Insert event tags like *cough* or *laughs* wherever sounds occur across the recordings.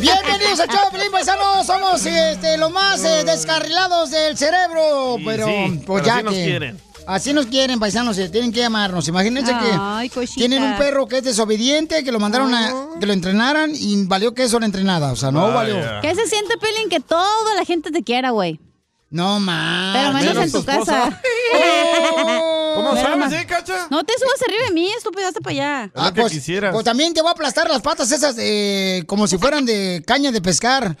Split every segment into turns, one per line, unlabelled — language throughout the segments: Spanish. Bienvenidos a Choplin, paisanos. Somos este, los más eh, descarrilados del cerebro.
Y
Pero,
sí,
pues
pero
ya
así nos
que-
quieren.
Así nos quieren, paisanos. eh, Tienen que amarnos. Imagínense
Ay,
que
cosita.
tienen un perro que es desobediente, que lo mandaron a que lo entrenaran y valió queso la entrenada. O sea, no
Vaya.
valió.
¿Qué se siente, Pelín? Que toda la gente te quiera, güey.
No más.
Pero menos
Ah, menos
en tu
tu esposa.
*laughs* casa.
Oh.
¿Cómo
Pero
sabes,
ma-
eh, cacha?
No te subas arriba de mí, estúpido, hasta para allá.
Es lo que quisieras.
pues también te voy a aplastar las patas esas eh, como si fueran de caña de
*laughs*
pescar.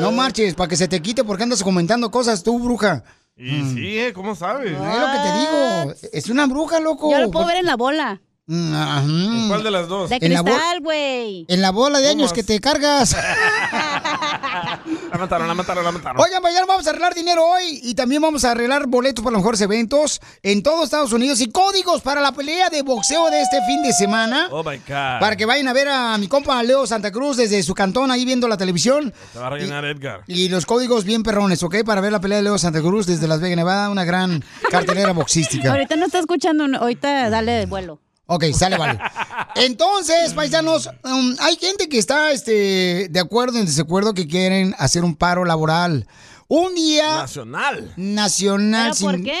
No marches, para que se te quite porque andas comentando cosas tú, bruja. Mm.
Y sí, eh, ¿cómo sabes?
Es lo que te digo. Es una bruja, loco.
Yo lo puedo ver en la bola.
Mm, ajá.
¿Cuál de las dos?
De
Pues, En la bol-
cristal, güey.
En la bola de años
¿Cómo
que
vas?
te
*laughs*
cargas.
La mataron, la mataron, la mataron.
Oigan, mañana vamos a arreglar dinero hoy y también vamos a arreglar boletos para los mejores eventos en todos Estados Unidos y códigos para la pelea de boxeo de este fin de semana.
Oh my God.
Para que vayan a ver a mi compa Leo Santa Cruz desde su cantón ahí viendo la televisión.
Te va a rellenar Edgar.
Y los códigos bien perrones, ¿ok? Para ver la pelea de Leo Santa Cruz desde Las Vegas, Nevada, una gran
*laughs*
cartelera boxística.
Ahorita no está escuchando, no- ahorita dale vuelo.
Ok, sale, vale. Entonces, paisanos, um, hay gente que está este, de acuerdo en desacuerdo que quieren hacer un paro laboral. Un día
Nacional.
nacional.
¿Pero por
sin-
qué?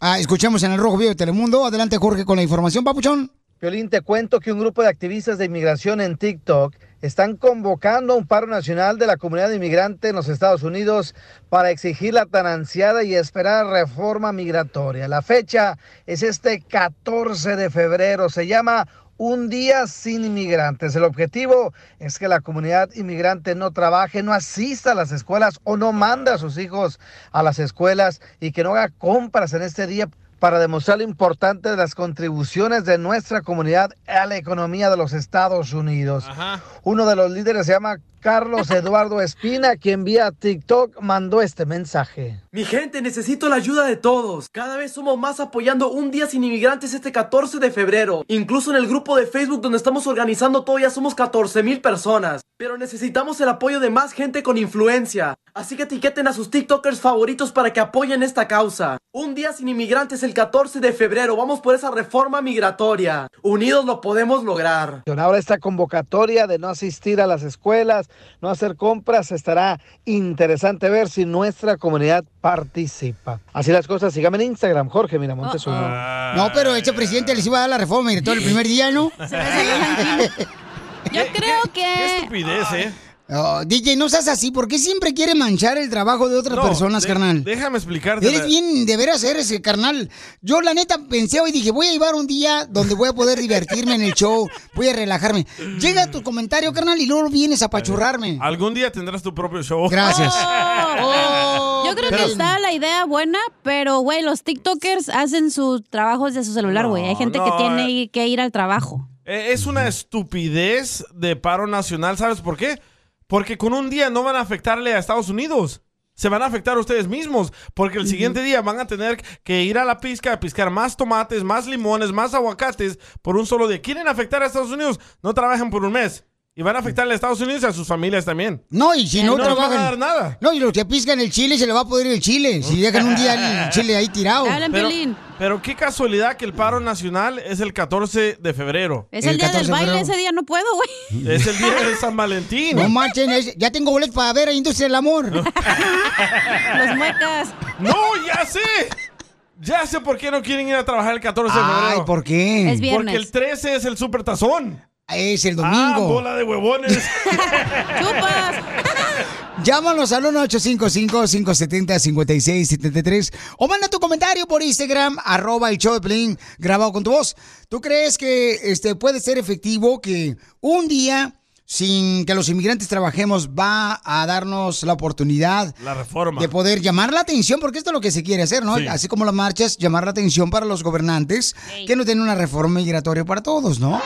Ah, escuchemos en el Rojo Vivo de Telemundo. Adelante, Jorge, con la información, papuchón.
Violín, te cuento que un grupo de activistas de inmigración en TikTok están convocando a un paro nacional de la comunidad inmigrante en los Estados Unidos para exigir la tan ansiada y esperada reforma migratoria. La fecha es este 14 de febrero. Se llama un día sin inmigrantes. El objetivo es que la comunidad inmigrante no trabaje, no asista a las escuelas o no manda a sus hijos a las escuelas y que no haga compras en este día para demostrar lo importante de las contribuciones de nuestra comunidad a la economía de los Estados Unidos.
Ajá.
Uno de los líderes se llama Carlos Eduardo Espina, quien vía TikTok mandó este mensaje.
Mi gente, necesito la ayuda de todos. Cada vez somos más apoyando un día sin inmigrantes este 14 de febrero. Incluso en el grupo de Facebook donde estamos organizando todo ya somos 14 mil personas. Pero necesitamos el apoyo de más gente con influencia. Así que etiqueten a sus TikTokers favoritos para que apoyen esta causa. Un día sin inmigrantes el 14 de febrero. Vamos por esa reforma migratoria. Unidos lo podemos lograr.
Ahora esta convocatoria de no asistir a las escuelas, no hacer compras, estará interesante ver si nuestra comunidad participa. Así las cosas, síganme en Instagram, Jorge Miramontes. uno.
No, pero este presidente les iba a dar la reforma y todo el primer día, ¿no?
Yo creo
Qué
que.
estupidez, eh.
Oh, DJ, no seas así. ¿Por qué siempre quiere manchar el trabajo de otras
No,
personas,
de-
carnal?
Déjame explicarte.
Eres bien, de veras eres, eh, carnal. Yo la neta pensé hoy, dije, voy a llevar un día donde voy a poder divertirme en el show, voy a relajarme. Llega tu comentario, carnal, y luego vienes a apachurrarme.
Algún día tendrás tu propio show. *laughs*
Gracias.
Oh. Yo creo que
Pero-
está la idea buena, pero güey, los TikTokers hacen sus trabajos de su celular, güey. Hay
No,
gente
no,
que tiene
eh.
i- que ir al trabajo.
Eh, Es una estupidez de paro nacional, ¿sabes por qué? Porque con un día no van a afectarle a Estados Unidos. Se van a afectar a ustedes mismos, porque el siguiente día van a tener que ir a la pizca a piscar más tomates, más limones, más aguacates por un solo día. ¿Quieren afectar a Estados Unidos? No trabajan por un mes. Y van a afectarle a Estados Unidos y a sus familias también.
No, y si
Y
no,
no les van a dar
trabajan.
nada.
No, y los que piscan el chile se le va a poder el chile. Si dejan un
*laughs*
día el chile ahí tirado.
Hablan,
Pero,
Pelín.
pero qué casualidad que el paro nacional es el 14 de febrero.
Es
el
el, día
14
del
de
baile,
febrero.
ese día no puedo, güey.
Es el día de San Valentín.
No marchen, es- ya tengo boletos para ver a Industria del Amor.
*laughs* Los muecas.
No, ya sé. Ya sé por qué no quieren ir a trabajar el 14 de febrero.
Ay, ¿por qué?
Es bien-
Porque el 13 es el supertazón. Ah,
Es el domingo.
bola de huevones.
Llámanos al 1-855-570-5673 o manda tu comentario por Instagram, arroba el show de Pelín, grabado con tu voz. ¿Tú crees que este, puede ser efectivo que un día, sin que los inmigrantes trabajemos, va a darnos la oportunidad
La reforma.
de poder llamar la atención, porque esto es lo que se quiere hacer, ¿no?
Sí.
Así como las marchas, llamar la atención para los gobernantes que no tienen una reforma migratoria para todos, ¿no?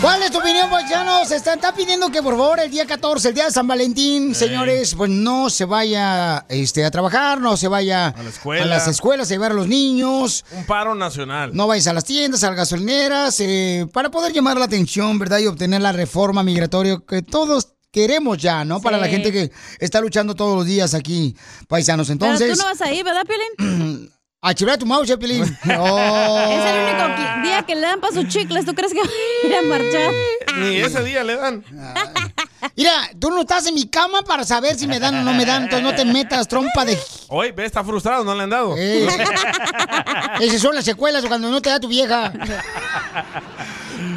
¿Cuál es tu opinión, paisanos? Están, está pidiendo que por favor el día 14, el día de San Valentín, señores, pues no se vaya este, a trabajar, no se vaya a,
la escuela.
las escuelas a llevar a los niños,
Un paro nacional.
no vayas a las tiendas, a las gasolineras, eh, para poder llamar la atención, ¿verdad? Y obtener la reforma migratoria que todos queremos ya, ¿no? Para la
Sí.
gente que está luchando todos los días aquí, paisanos. Entonces,
Pero tú no vas ahí, ¿verdad, Piolín?
a chiflar tu mouse,
*laughs*
Chapilín.
Es el único qui- día que le dan para sus chicles. ¿Tú crees que va a ir a marchar?
Ni ese día le dan.
Mira, tú no estás en mi cama para saber si me dan o no me dan, entonces no te metas, trompa de...
Oye, ve, está frustrado, no le han dado.
Eh, esas son las secuelas cuando no te da tu vieja.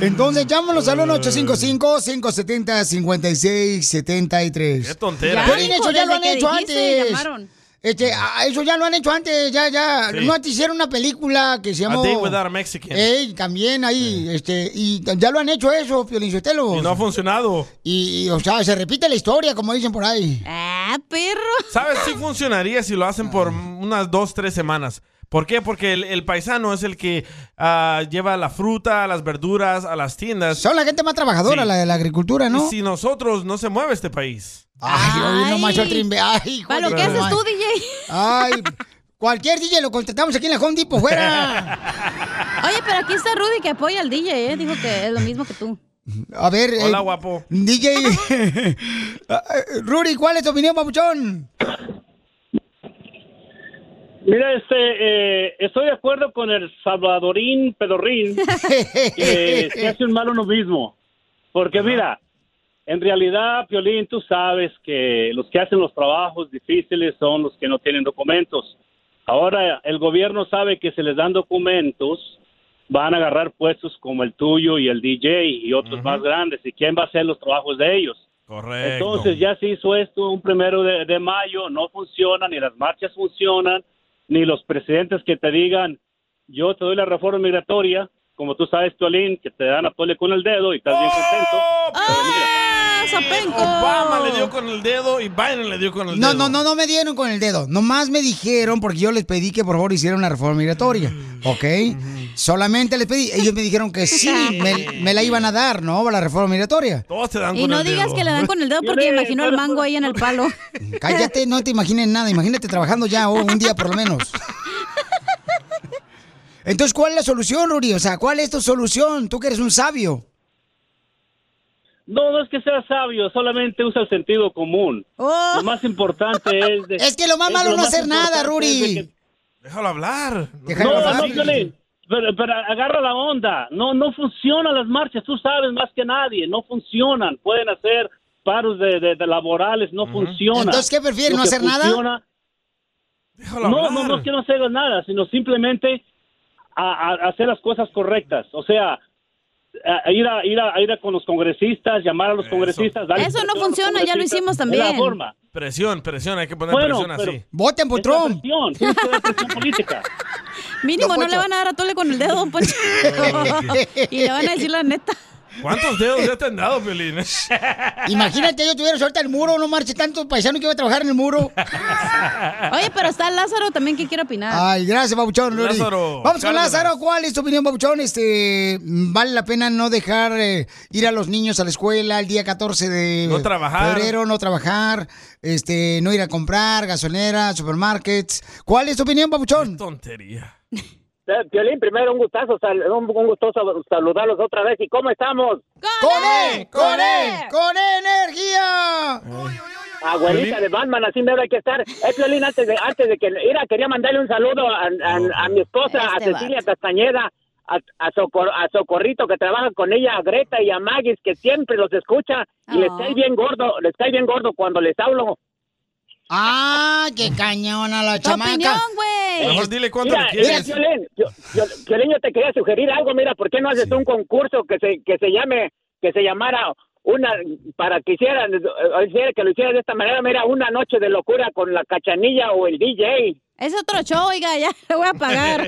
Entonces, llámanos al 1-855-570-5673.
Qué tontera.
Piolín,
hijo,
eso ya lo han
desde que
hecho
dijiste,
antes.
llamaron.
Este, ah, eso ya lo han hecho antes, ya, ya.
Sí.
No te hicieron una película que se llamó...
A Day Without a Mexican.
Ey, también ahí, este, y ya lo han hecho eso, Piolín Sotelo.
Y no ha funcionado.
Y, y, o sea, se repite la historia, como dicen por ahí.
Ah, perro.
¿Sabes si funcionaría si lo hacen por unas dos, tres semanas? ¿Por qué? Porque el, el paisano es el que ah, lleva la fruta, las verduras, a las tiendas.
Son la gente más trabajadora,
Sí.
la de la agricultura, ¿no?
Y si nosotros no se mueve este país.
Ay, hoy no más
Ay.
el trimbe. Ay, hijo
Para lo
de
que
tu
haces
madre.
tú, DJ.
Ay, cualquier DJ lo contratamos aquí en la Home
*laughs*
Depot, fuera.
Oye, pero aquí está Rudy que apoya al DJ, ¿eh? Dijo que es lo mismo que tú.
A ver. eh,
Hola, guapo.
DJ. *laughs* Ah, eh, Ruri, ¿cuál es tu opinión, papuchón?
Mira, este, eh, estoy de acuerdo con el salvadorín pedorrín que se hace un mal uno mismo. Porque mira, en realidad, Piolín, tú sabes que los que hacen los trabajos difíciles son los que no tienen documentos. Ahora el gobierno sabe que se les dan documentos, van a agarrar puestos como el tuyo y el DJ y otros más grandes. ¿Y quién va a hacer los trabajos de ellos?
Correcto.
Entonces ya se hizo esto un primero de, de mayo, no funciona, ni las marchas funcionan, ni los presidentes que te digan, yo te doy la reforma migratoria, como tú sabes, Tolín, que te dan a tole con el dedo y estás bien contento.
¡Oh!
¡Ah, Zapenco!
Obama le dio con el dedo y Biden le dio con el
No,
dedo.
no, no, no me dieron con el dedo. Nomás me dijeron, porque yo les pedí que por favor hicieran una reforma migratoria.
Mm.
¿Ok?
Mm-hmm.
Solamente les pedí. Ellos me dijeron que sí, me, me la iban a dar, ¿no? La reforma migratoria.
Todos te dan
Y
con
no
el
digas
dedo.
que le dan con el dedo porque
Piolín,
imagino el
pero-
mango *laughs* ahí en el palo.
Cállate, no te imagines nada. Imagínate trabajando ya o un día por lo menos. Entonces, ¿cuál es la solución, Ruri? O sea, ¿cuál es tu solución? Tú que eres un sabio.
No, no es que sea sabio, solamente usa el sentido común.
¡Oh!
Lo más importante es... de-
Es que lo más malo no
más
hacer nada,
importante
Ruri.
es de que-
Déjalo hablar.
Déjalo
No,
hablar.
no, Piolín, Pero, pero agarra la onda. No, no funcionan las marchas. Tú sabes más que nadie. No funcionan. Pueden hacer paros de, de- de laborales. No funcionan.
Entonces, ¿qué prefieres,
Lo
no
que
hacer nada?
funciona-
Déjalo
No,
hablar.
no, no es que no hacer nada, sino simplemente a- a- hacer las cosas correctas. O sea, a- a ir, a, ir, a, a ir a con los congresistas, llamar a los
Eso.
congresistas. darle
Eso no
presión a los
funciona, ya lo
congresistas.
hicimos
Es la
también.
forma.
Presión, presión, hay que poner
Bueno,
presión
pero-
así.
Voten por
Es la
Trump.
presión, tienes que dar presión política.
*laughs* Mínimo,
Don
no
Poncho.
le van a dar a Tole con el dedo, don
*laughs*
Poncho. y le van a decir la neta.
¿Cuántos dedos ya te han dado,
*laughs*
Pelín?
Imagínate, yo tuviera suelta el muro, no marche tanto paisano que iba a trabajar en el muro.
Oye, pero está Lázaro también que quiere opinar.
Ay, gracias, Babuchón. Lori.
Ah. Lázaro,
Vamos con
Cárdenas.
Lázaro. ¿Cuál es tu opinión, Babuchón? Este, ¿Vale la pena no dejar eh, ir a los niños a la escuela el día 14 de
No trabajar.
febrero, no trabajar, este, no ir a comprar, gasolineras, supermarkets? ¿Cuál es tu opinión,
*laughs*
Babuchón?
Tontería.
Violín, Eh, primero un gustazo, un, gusto saludarlos otra vez. ¿Y cómo estamos?
¡Con él! ¡Con él! ¡Con energía!
Abuelita de Batman, así me hay que estar. Eh, Piolín, antes de, antes de que... Mira, quería mandarle un saludo a, a- a mi esposa,
Este
a Cecilia Castañeda, a, a, Socor- a Socorrito, que trabaja con ella, a Greta y a Magis, que siempre los escucha y les
Oh.
cae bien gordo, les cae bien gordo cuando les hablo.
Ah, qué cañona la chamaca.
Mejor dile cuánto
mira,
le quieres.
Mira, Piolín, yo, yo, Piolín, yo te quería sugerir algo. Mira, ¿por qué no haces un concurso que se, que se llame, que se llamara una, para que hicieran, eh, hiciera- que lo hicieran de esta manera, mira, una noche de locura con la cachanilla o el DJ.
Es otro show, oiga, ya *laughs* lo voy a pagar.
*laughs*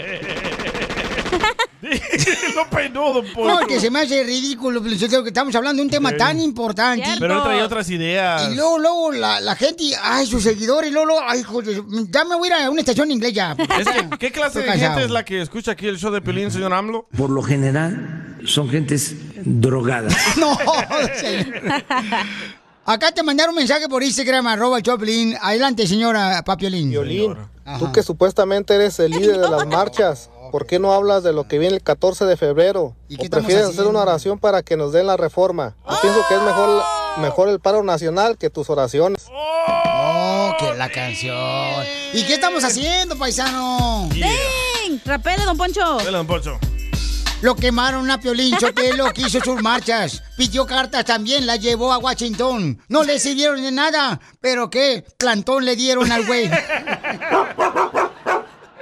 Lo peinó, don
No,
Poncho.
es que se me hace ridículo, Piolín Sotelo, que estamos hablando de un tema tan importante.
Pero él traía otras ideas.
Y luego, luego, la, la gente, ay, sus seguidores, luego, luego, ay, hijo, de- ya me voy a ir a una estación inglesa *laughs*
Es que, ¿Qué clase de
Estoy
gente
callado.
es la que escucha aquí el show de Pelín, señor AMLO?
Por lo general son gentes drogadas.
No, señor. Acá te mandaron un mensaje por Instagram, arroba el Choplin. Adelante, señora Papiolín.
Tú que supuestamente eres el líder de las marchas,
Ah,
¿por qué no hablas de lo que viene el 14 de febrero? ¿O
estamos
prefieres hacer
haciendo?
una oración para que nos den la reforma? Yo pienso que es mejor, mejor el paro nacional que tus oraciones.
Oh, que la canción. ¿Y qué estamos haciendo, paisano? ¡Ding! ¡Rapele, don Poncho!
Dale, don Poncho.
Lo quemaron a Piolín Sotelo que hizo sus marchas. Pidió cartas también, la llevó a Washington. No le sirvieron de nada, pero qué plantón le dieron al güey.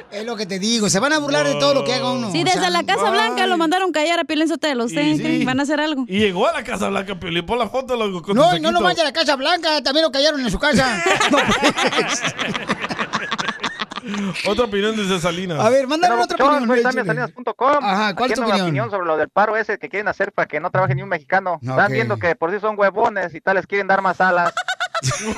es lo que te digo, se van a burlar de todo lo que haga uno.
Sí,
o
desde
sea,
la Casa Blanca lo mandaron callar a Piolín Sotelo. ¿Ustedes
Y
creen
sí.
que van a hacer algo?
Y llegó a la Casa Blanca, Pelín, por la foto, loco, con
No,
su
y no lo
saquito.
vaya a la Casa Blanca, también lo callaron en
*laughs*
su casa. No, pues.
Otra opinión desde Salinas.
A ver, mándame otra opinión.
soy
échale. Ajá, ¿cuál es
Haciendo
tu
la
opinión?
opinión sobre lo del paro ese que quieren hacer para que no trabaje ni un mexicano.
No,
Están
ok.
viendo que por sí son huevones y tal, les quieren dar más alas.
*laughs*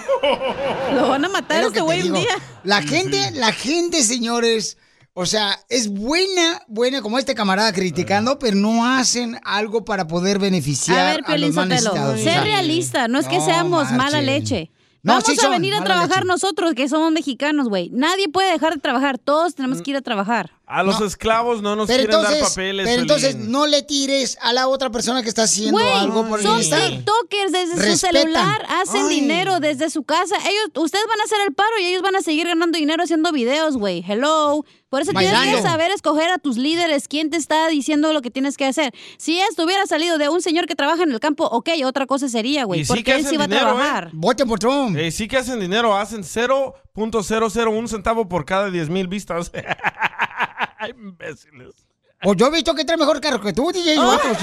Lo van a matar
Es lo
este
que te
güey un
digo.
día.
La gente, la gente, señores, o sea, es buena, buena como este camarada criticando, pero no hacen algo para poder beneficiar
A
a,
ver, Piolín
los más
Sotelo,
necesitados. o sea.
sé realista, no es que seamos mala
marchen.
leche.
No,
Vamos
sí
a
son
venir a
mala
trabajar
leche.
nosotros, que somos mexicanos, güey. Nadie puede dejar de trabajar, todos tenemos que ir a trabajar.
Mm. A los esclavos no nos
Pero
quieren
entonces,
dar papeles.
pero
Pelín.
entonces no le tires a la otra persona que está haciendo
Güey,
algo por el
son
bienestar.
tiktokers desde su
Respetan.
celular, hacen
Ay.
dinero desde su casa. Ellos, ustedes van a hacer el paro y ellos van a seguir ganando dinero haciendo videos, güey. Hello. Por eso tienes
Bailando.
que saber escoger a tus líderes, quién te está diciendo lo que tienes que hacer. Si esto hubiera salido de un señor que trabaja en el campo, ok, otra cosa sería, güey.
Y sí que
Porque él
hacen
sí va a
dinero,
trabajar.
¿eh?
Voten por Trump.
Eh, sí que hacen dinero. Hacen 0.001 centavo por cada 10 mil vistas. *laughs* Ay, imbéciles.
O Pues yo he visto que trae mejor carro que tú, DJ,
Oh.
y otros.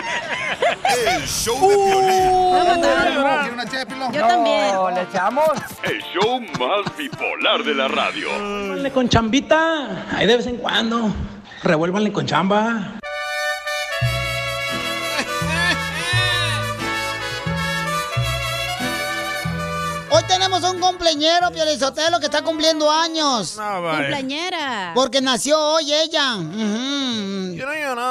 *laughs*
El show de Piolín.
llorar.
Yo también.
¿Le
Uh,
echamos?
El show más bipolar de la radio.
Revuélvanle con chambita. Ahí de vez en cuando. Revuélvanle con chamba.
Hoy tenemos un cumpleañero, Piolizotelo, que está cumpliendo años.
vaya.
Cumpleañera.
Porque nació hoy ella. Ujú.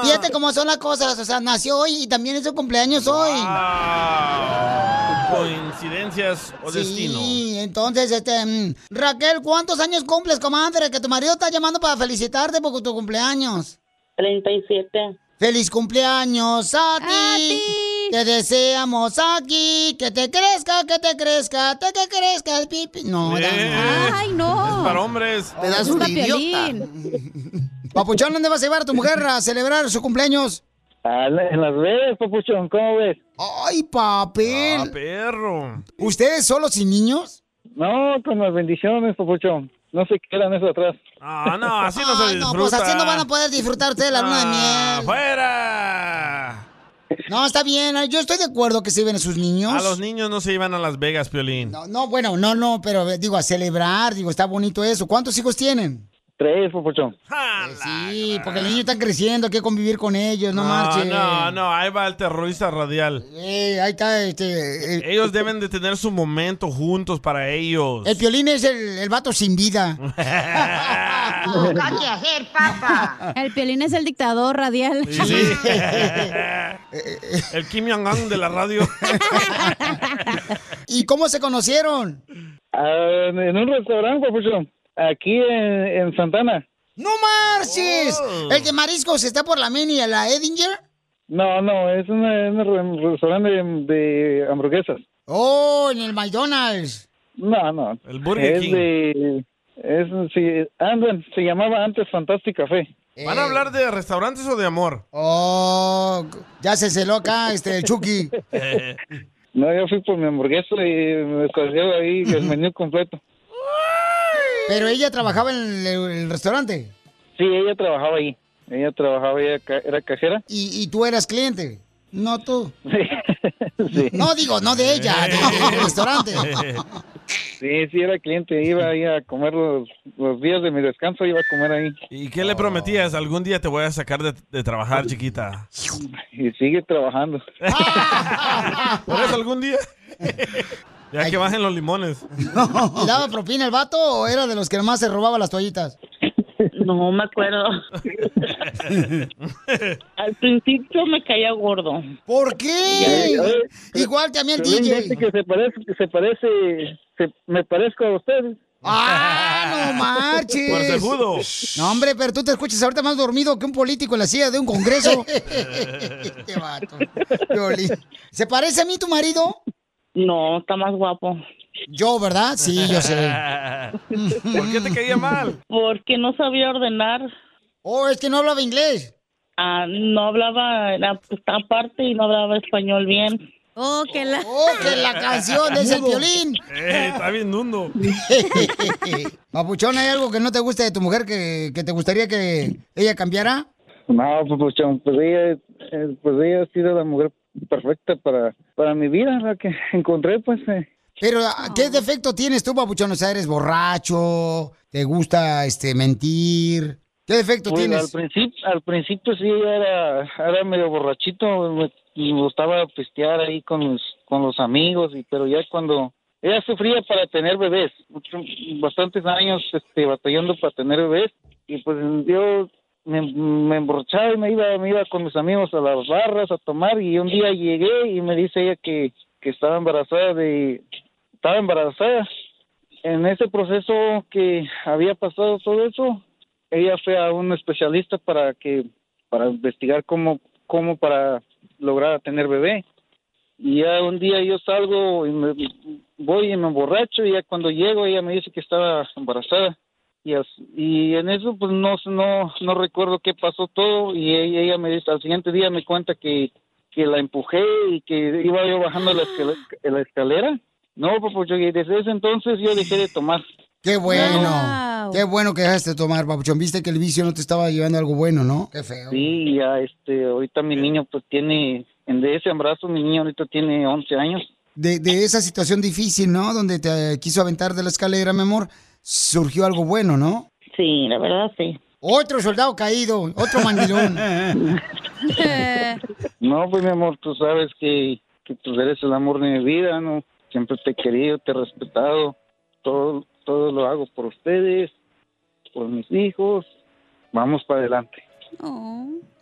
Fíjate cómo son las cosas. O sea, nació hoy y también es su cumpleaños hoy.
Ah, coincidencias o destino.
Sí, entonces, este, mm, Raquel, ¿cuántos años cumples, comadre? Que tu marido está llamando para felicitarte por tu cumpleaños. 37. Feliz cumpleaños a ti. Te deseamos aquí que te crezca, que te crezca, te que crezca el pipi. No, ya
Eh,
no.
Es para hombres.
Te das un idiota. *laughs* Papuchón, ¿dónde vas a llevar a tu mujer a celebrar su cumpleaños?
Ah, En las redes, papuchón, ¿cómo ves?
Ay, papel.
Ah, perro.
¿Ustedes solos sin niños?
No, con las bendiciones, papuchón. No se quedan eso atrás.
Ah, no, así no
Ay,
se
no,
disfruta.
pues así no van a poder disfrutar ustedes la luna de miel.
¡Fuera!
No, está bien. Yo estoy de acuerdo que se lleven a sus niños.
A los niños no se iban a Las Vegas, Piolín.
No, bueno, no, no, pero eh, digo, a celebrar, digo, está bonito eso. ¿Cuántos hijos tienen?
Tres, papuchón.
Eh, sí, porque los niños están creciendo, hay que convivir con ellos, no,
no,
marchen.
no, no, ahí va el terrorista radial.
Eh, ahí está, este, eh,
Ellos deben de tener su momento juntos para ellos.
el piolín es el, el vato sin vida.
*laughs*
*laughs* El Piolín es el dictador radial.
Sí, sí.
*laughs*
*laughs* el Kim Jong-un de la radio.
¿Y cómo se conocieron?
Ah, en un restaurante, papuchón. Aquí en, en Santana.
¡No marches!
Oh.
El de mariscos está por la mini, a la Edinger.
No, no, es una- un re- restaurante de, de hamburguesas.
Oh, en el McDonald's.
No, no.
El
Burger
es
King.
De, es, sí, andan, se llamaba antes Fantastic Café.
¿Van a hablar de restaurantes o de amor?
*laughs*
Oh, ya se celó acá, este, el Chucky.
No, yo fui por mi hamburguesa y me escogió ahí el menú completo.
Pero ella trabajaba en el, el restaurante.
Sí, ella trabajaba ahí. Ella trabajaba, ella ca- era cajera.
Y, y tú eras cliente. No tú.
Sí.
No digo, no de *laughs* ella, de- del restaurante.
*laughs* Sí, sí, era cliente. Iba ahí a comer los, los días de mi descanso, iba a comer ahí.
¿Y qué le prometías? Algún día te voy a sacar de, de trabajar, chiquita.
Y sigue trabajando.
*laughs* ¿Por eso algún día? ya que bajen los limones.
¿Y daba propina el vato o era de los que más se robaba las toallitas?
No me acuerdo. *laughs* Al principio me caía gordo.
¿Por qué? Igual que a mí el DJ.
que se parece, que se parece, se- me parezco a usted.
¡Ah, no marches!
Cuerpejudo.
No, hombre, pero tú te escuchas ahorita más dormido que un político en la silla de
*laughs*
un congreso. *laughs* Este vato. Piolín. ¿Se parece a mí tu marido?
No, está más guapo.
Yo, ¿verdad? Sí, yo *laughs* sé.
¿Por qué te caía mal?
Porque no sabía ordenar.
Oh, es que no hablaba inglés.
Ah, no hablaba, era pues, aparte y no hablaba español bien.
Oh, que la...
Oh, que la canción de ese violín.
Eh, está bien nundo.
*laughs* Papuchón, ¿hay algo que no te gusta de tu mujer que, que te gustaría que ella cambiara?
No, pues, pues, chum, pues ella, eh, pues ella ha sido la mujer perfecta para, para mi vida, la que encontré, pues. eh.
Pero, ¿a- ¿qué defecto tienes tú, papuchón? O sea, eres borracho, te gusta este mentir. ¿Qué defecto
Pues,
tienes?
Al principio, al principio sí ella era, era medio borrachito, me, me gustaba pistear ahí con los, con los amigos, y pero ya cuando ella sufría para tener bebés, mucho- bastantes años este, batallando para tener bebés, y pues yo *laughs* me, me emborrachaba y me iba, me iba con mis amigos a las barras a tomar, y un día llegué y me dice ella que, que estaba embarazada de, estaba embarazada. En ese proceso que había pasado todo eso, ella fue a un especialista para que para investigar cómo cómo para lograr tener bebé y ya un día yo salgo y me voy y me emborracho y ya cuando llego ella me dice que estaba embarazada y, as- y en eso pues no no no recuerdo qué pasó todo y ella, ella me dice al siguiente día me cuenta que que la empujé y que iba yo bajando la, escala- la escalera no pues yo y desde ese entonces yo dejé de tomar
Qué bueno.
Wow.
Qué bueno que dejaste de tomar, papuchón. Viste que el vicio no te estaba llevando a algo bueno, ¿no? Qué feo.
Sí, ya este, ahorita mi niño pues tiene, en de ese embarazo mi niño ahorita tiene 11 años.
De, de esa situación difícil, ¿no? Donde te eh, quiso aventar de la escalera, mi amor, surgió algo bueno, ¿no?
Sí, la verdad, sí.
Otro soldado caído, otro mandilón.
No, pues mi amor, tú sabes que, que tú eres el amor de mi vida, ¿no? Siempre te he querido, te he respetado, todo, todo lo hago por ustedes, por mis hijos, vamos para adelante.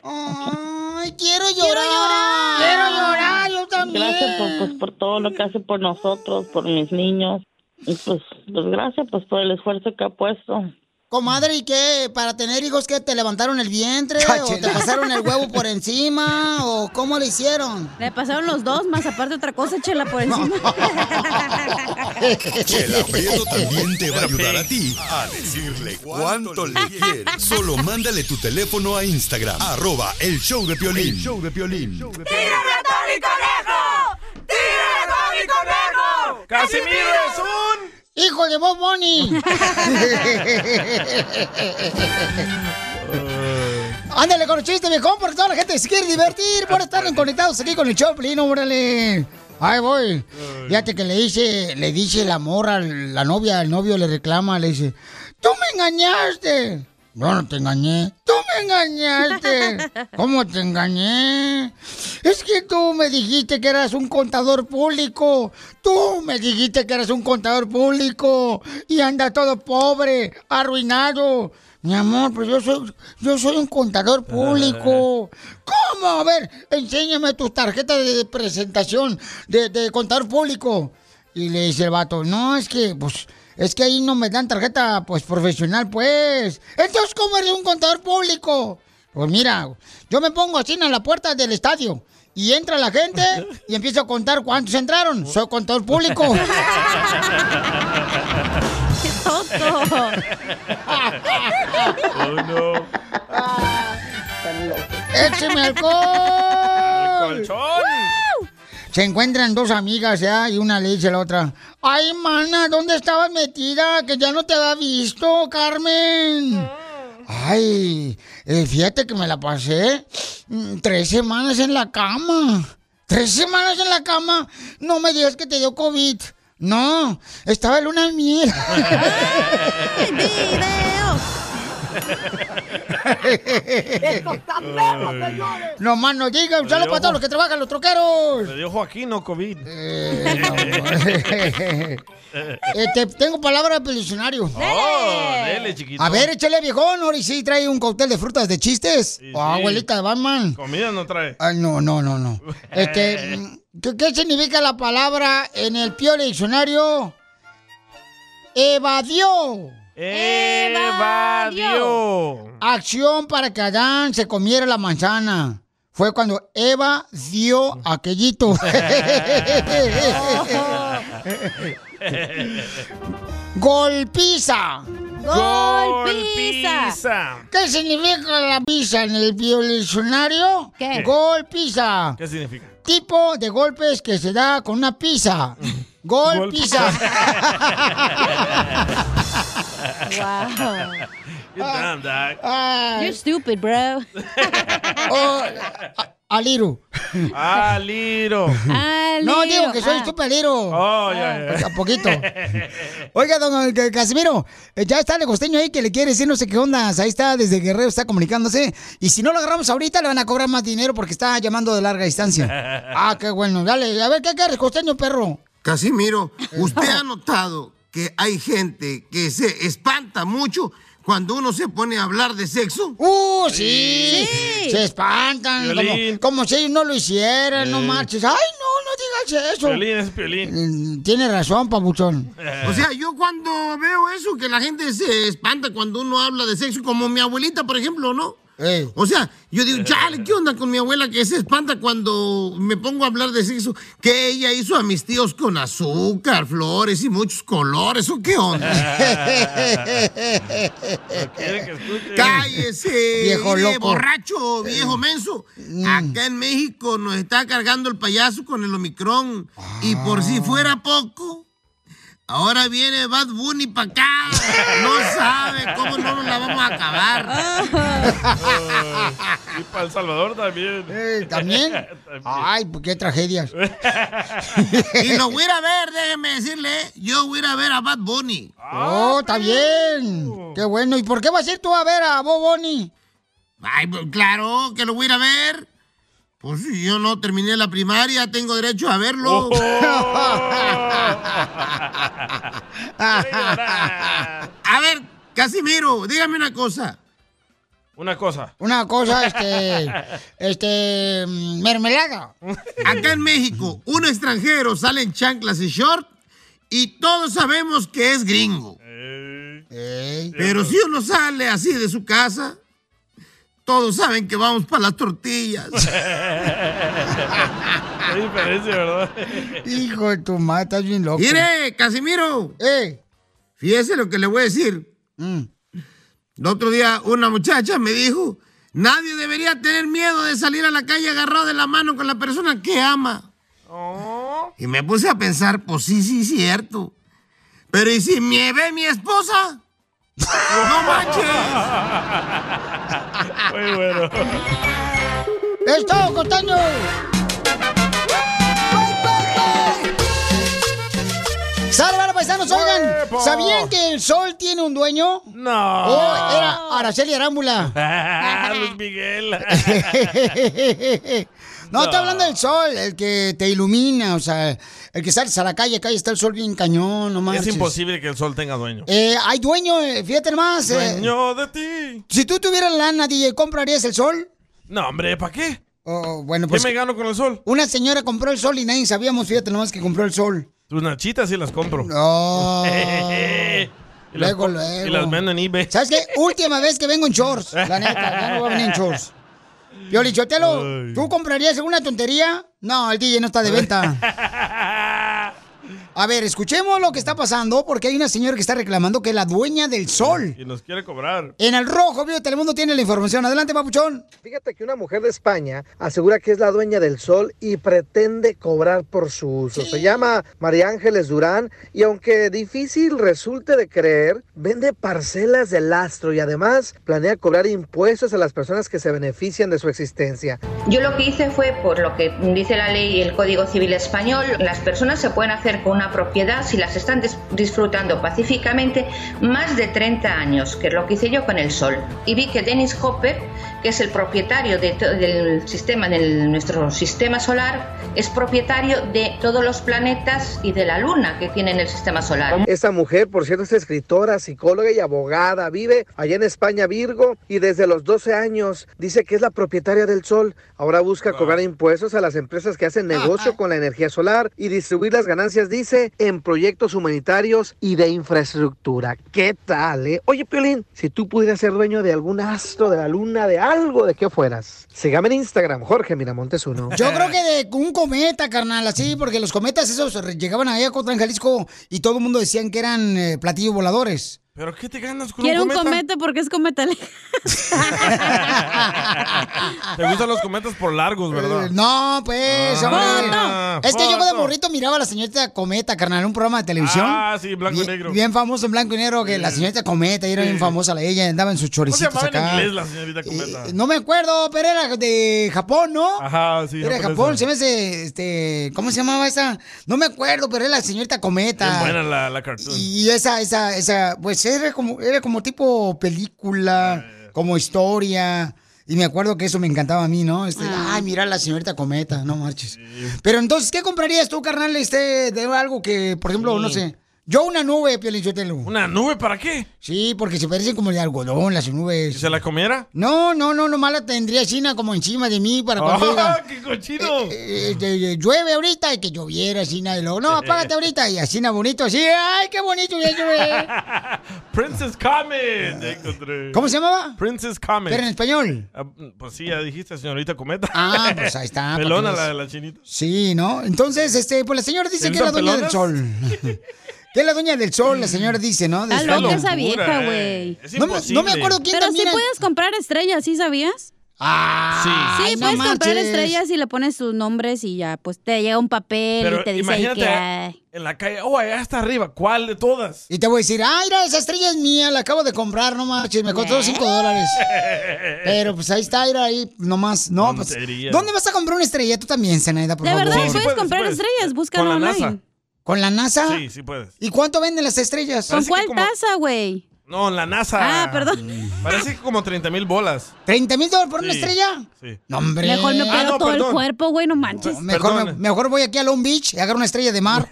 Ay, quiero llorar. Quiero llorar, yo también.
Gracias por, pues, por todo lo que hace por nosotros, por mis niños. Y pues, pues gracias pues por el esfuerzo que ha puesto.
Comadre, ¿y qué? ¿Para tener hijos que te levantaron el vientre? ¿O te
Cáchela.
pasaron el huevo por encima? ¿O cómo le hicieron?
Le pasaron los dos, más aparte otra cosa, chela,
*laughs*
por encima.
Chela Prieto también te va a ayudar a ti a decirle cuánto le quieres. Solo mándale tu teléfono a Instagram, arroba el show de Piolín. show de Piolín.
¡Casimiro es un...
¡Hijo de Bob Bunny!
*laughs*
*laughs* Ándale con el chiste, viejón, porque toda la gente se quiere divertir por estar conectados aquí con el Choplin, órale. Ahí voy. Fíjate que le dice, le dice la morra, la novia, el novio le reclama, le dice, tú me engañaste. Yo no te engañé. Tú me engañaste. ¿Cómo te engañé? Es que tú me dijiste que eras un contador público. Tú me dijiste que eras un contador público. Y anda todo pobre, arruinado. Mi amor, pues yo soy, yo soy un contador público. ¿Cómo? A ver, enséñame tus tarjetas de presentación de, de contador público. Y le dice el vato, no, es que, pues, es que ahí no me dan tarjeta, pues, profesional, pues. Entonces, ¿cómo eres un contador público? Pues mira, yo me pongo así en la puerta del estadio y entra la gente y empiezo a contar cuántos entraron. Soy contador público.
¡Qué tonto!
Oh, no.
¡Écheme alcohol!
¡Colchón!
Se encuentran dos amigas ya y una le dice a la otra, Ay, mana, ¿dónde estabas metida? Que ya no te había visto, *laughs* Carmen. Ay, eh, fíjate que me la pasé mm, tres semanas en la cama. ¿Tres semanas en la cama? No me digas que te dio COVID. No, estaba en luna de
*laughs*
miel. *laughs*
Esto está perro, señores.
No más no diga, un saludo para todos los que trabajan los troqueros.
Le dio Joaquín, no COVID.
Eh, Este, tengo palabra para el diccionario.
Oh, dele, chiquito.
A ver, échale viejón, ahora sí trae un cóctel de frutas de chistes.
Sí,
Oh,
sí.
abuelita de Batman.
*laughs* Comida no trae. *laughs*
Ay, no, no, no, no. Este, mm, ¿qué, qué significa la palabra en el Piole Diccionario? Evadió.
Evadió.
Acción para que Adán se comiera la manzana. Fue cuando Eva dio aquellito. Golpiza.
Golpiza.
¿Qué significa la pizza en el diccionario?
¿Qué?
Golpiza.
¿Qué significa?
Tipo de golpes que se da con una pizza. Golpiza.
Wow.
Good
damn, dog.
You're stupid,
*laughs*
bro.
Aliru.
Ah, Aliro.
Ah, No, digo que
Ah.
soy estúpido, Aliru.
Oh, ya, ya.
Pues, a poquito. *laughs* Oiga, don eh, Casimiro, eh, ya está el costeño ahí que le quiere decir no sé qué onda. Ahí está, desde Guerrero está comunicándose. Y si no lo agarramos ahorita, le van a cobrar más dinero porque está llamando de larga distancia. Ah, qué bueno. Dale, a ver, ¿qué quieres, costeño, perro?
Casimiro, ¿usted ha notado que hay gente que se espanta mucho cuando uno se pone a hablar de sexo?
¡Uh, sí! Se espantan, como,
Violín.
como si ellos no lo hicieran, no
Eh.
marches. ¡Ay, no, no digas eso! Eh,
Violín
es violín.
Tiene razón, papuchón.
Eh. O sea, yo cuando veo eso, que la gente se espanta cuando uno habla de sexo, como mi abuelita, por ejemplo, ¿no?
Eh.
O sea, yo digo, chale, ¿qué onda con mi abuela que se espanta cuando me pongo a hablar de sexo? Que ella hizo a mis tíos con azúcar, flores y muchos colores, ¿o qué *laughs* onda? Cállese,
Viejo
mire,
loco. Mm.
borracho, viejo menso. Acá en México nos está cargando el payaso con el Omicron. Y por
Ah.
si fuera poco, ahora viene Bad Bunny para acá. No sabe cómo no nos la vamos a
Ah.
acabar.
Y para El Salvador también.
Eh, ¿También? Ay, pues qué tragedias.
Eh. y lo voy a ir a ver, déjeme decirle, ¿eh? yo voy a ir a ver a Bad Bunny.
¡Oh, está bien! ¡Qué bueno! ¿Y por qué vas a ir tú a ver a Boboni?
Ay, pues, claro que lo voy a ir a ver. Pues si yo no terminé la primaria, tengo derecho a verlo. *laughs* a ver, Casimiro, dígame una cosa.
Una cosa.
Una cosa,
*laughs*
este. este. mm, mermelada.
Acá en México, un extranjero sale en chanclas y short y todos sabemos que es gringo. Pero si uno sale así de su casa, todos saben que vamos para las tortillas.
Qué diferencia, ¿verdad?
Hijo de tu madre, estás bien loco.
Mire, Casimiro. Fíjese lo que le voy a decir.
Mm.
El otro día una muchacha me dijo, nadie debería tener miedo de salir a la calle agarrado de la mano con la persona que ama. Y me puse a pensar, pues sí, sí, cierto. Pero ¿y si me ve mi esposa? ¡No manches!
Muy bueno.
¡Es todo, Costeño! ¡Sale, vale, paisanos! Oigan,
¡Huevo!
¿sabían que el sol tiene un dueño?
No.
Oh, era Araceli Arámbula.
*laughs* Ah, Luis Miguel.
No, está hablando del sol, el que te ilumina, o sea, el que sales a la calle, acá y está el sol bien cañón, no
Es
marches.
imposible que el sol tenga dueño.
Eh, hay dueño, eh, fíjate nomás. eh,
Dueño de ti.
si tú tuvieras lana, DJ, ¿comprarías el sol?
No, hombre, ¿para qué?
Oh, bueno,
¿Qué
pues.
me gano con el sol?
Una señora compró el sol y nadie sabíamos, fíjate nomás que compró el sol.
Tus nachitas sí las compro.
No.
*laughs* y las
Luego,
co-
luego.
Y las vendo en eBay.
¿Sabes
*laughs*
qué? Última vez que vengo en shorts, la neta, ya no voy a venir en shorts. Pioli,
*laughs*
Chotelo, ¿tú comprarías alguna tontería? No, el DJ no está de venta. A ver, escuchemos lo que está pasando, porque hay una señora que está reclamando que es la dueña del sol.
Y nos quiere cobrar.
En el rojo, vivo de Telemundo tiene la información. Adelante, papuchón.
Fíjate que una mujer de España asegura que es la dueña del sol y pretende cobrar por su uso. Se llama María Ángeles Durán y aunque difícil resulte de creer, vende parcelas del astro y además planea cobrar impuestos a las personas que se benefician de su existencia.
Yo lo que hice fue, por lo que dice la ley y el Código Civil Español, las personas se pueden hacer con una propiedad si las están dis- disfrutando pacíficamente más de 30 años, que es lo que hice yo con el sol. Y vi que Dennis Hopper, que es el propietario de to- del sistema, de nuestro sistema solar, es propietario de todos los planetas y de la luna que tiene en el sistema solar.
Esta mujer, por cierto, es escritora, psicóloga y abogada. Vive allá en España, Virgo, y desde los 12 años dice que es la propietaria del sol. Ahora busca cobrar impuestos a las empresas que hacen negocio con la energía solar y distribuir las ganancias, dice, en proyectos humanitarios y de infraestructura. ¿Qué tal, eh? Oye, Piolín, si tú pudieras ser dueño de algún astro, de la luna, de algo, ¿de qué fueras? Sígame en Instagram, Jorge Miramontes uno.
Yo creo que de un cometa, carnal, así, porque los cometas esos llegaban ahí a Cotlán, Jalisco, y todo el mundo decían que eran eh, platillos voladores.
¿Pero qué te ganas con
Quiero
un
un
cometa?
cometa porque es cometa.
*laughs* Te gustan los cometas por largos,
Eh, *laughs*
¿verdad?
No, pues,
Ah,
hombre.
foto.
Es que yo de
Foto.
morrito miraba a la señorita Cometa, carnal, en un programa de televisión.
Ah, sí, blanco y
Bien-
negro.
Bien famoso en blanco y negro, que la señorita Cometa, y era bien famosa la ella, andaba en sus
¿Cómo se
choricitos
llamaba
acá. Eh,
en inglés la señorita cometa?
No me acuerdo, pero era de Japón, ¿no?
Ajá, sí.
Era de Japón, se me hace, este, ¿cómo se llamaba esa? No me acuerdo, pero era la señorita Cometa.
Bien buena la, la cartoon.
Y esa, esa, esa, pues era como, era como tipo película,
Eh.
como historia. Y me acuerdo que eso me encantaba a mí, ¿no? Este, Ay, mira la señorita Cometa, no marches. Pero entonces, ¿qué comprarías tú, carnal, este, de algo que, por ejemplo,
Sí.
no sé? Yo una nube, Pielichotelo.
¿Una nube para qué?
Sí, porque se parecen como de algodón las nubes.
¿Y se la comiera?
No, no, no, nomás la tendría China como encima de mí para cuando
¡Ah,
diga,
qué cochino!
eh, eh, eh, llueve ahorita y que lloviera China y luego, no, apágate ahorita y así, na, bonito, así, ay, qué bonito ya
*laughs*
llueve.
Princess Comet. Ya encontré.
¿Cómo se llamaba?
Princess Comet.
Pero en español.
Ah, pues sí, ya dijiste, señorita cometa.
Ah, pues ahí está,
*laughs* Pelona
para que
la de
veas.
la chinita.
Sí, ¿no? Entonces, este, pues la señora dice
¿Te
que es la
gustan
dueña del
pelonas?
sol. *laughs* que es la dueña del sol, la señora dice, ¿no? De
Está
España.
loca esa
eh.
vieja, güey.
No me- no me acuerdo quién
Pero sí
también era-
puedes comprar estrellas, ¿sí sabías?
Ah,
Sí,
ay, no
puedes comprar
marches.
estrellas y le pones tus nombres y ya, pues te llega un papel
Pero
y te dice ahí
imagínate
que... ay,
en la calle, oh, allá está arriba, ¿cuál de todas?
Y te voy a decir, ay, mira, esa estrella es mía, la acabo de comprar, no marches, me costó 5 dólares. Pero pues ahí está, era ahí nomás. No, pues,
Tontería.
¿Dónde vas a comprar una estrella tú también, Zenaida, por
De
favor?
verdad, puedes comprar estrellas, búscalo
Con la
online.
NASA. ¿Con la NASA?
Sí, sí puedes.
¿Y cuánto venden las estrellas?
¿Con cuál taza, güey?
No, en la NASA.
Ah, perdón.
Parece que como 30 mil bolas.
¿30 mil dólares por una
Sí.
estrella?
Sí.
No, hombre.
Mejor me pego
Ah, no,
todo el
perdón.
cuerpo, güey, no manches.
Mejor, me- mejor voy aquí a Long Beach y agarro una estrella de
*laughs*
mar.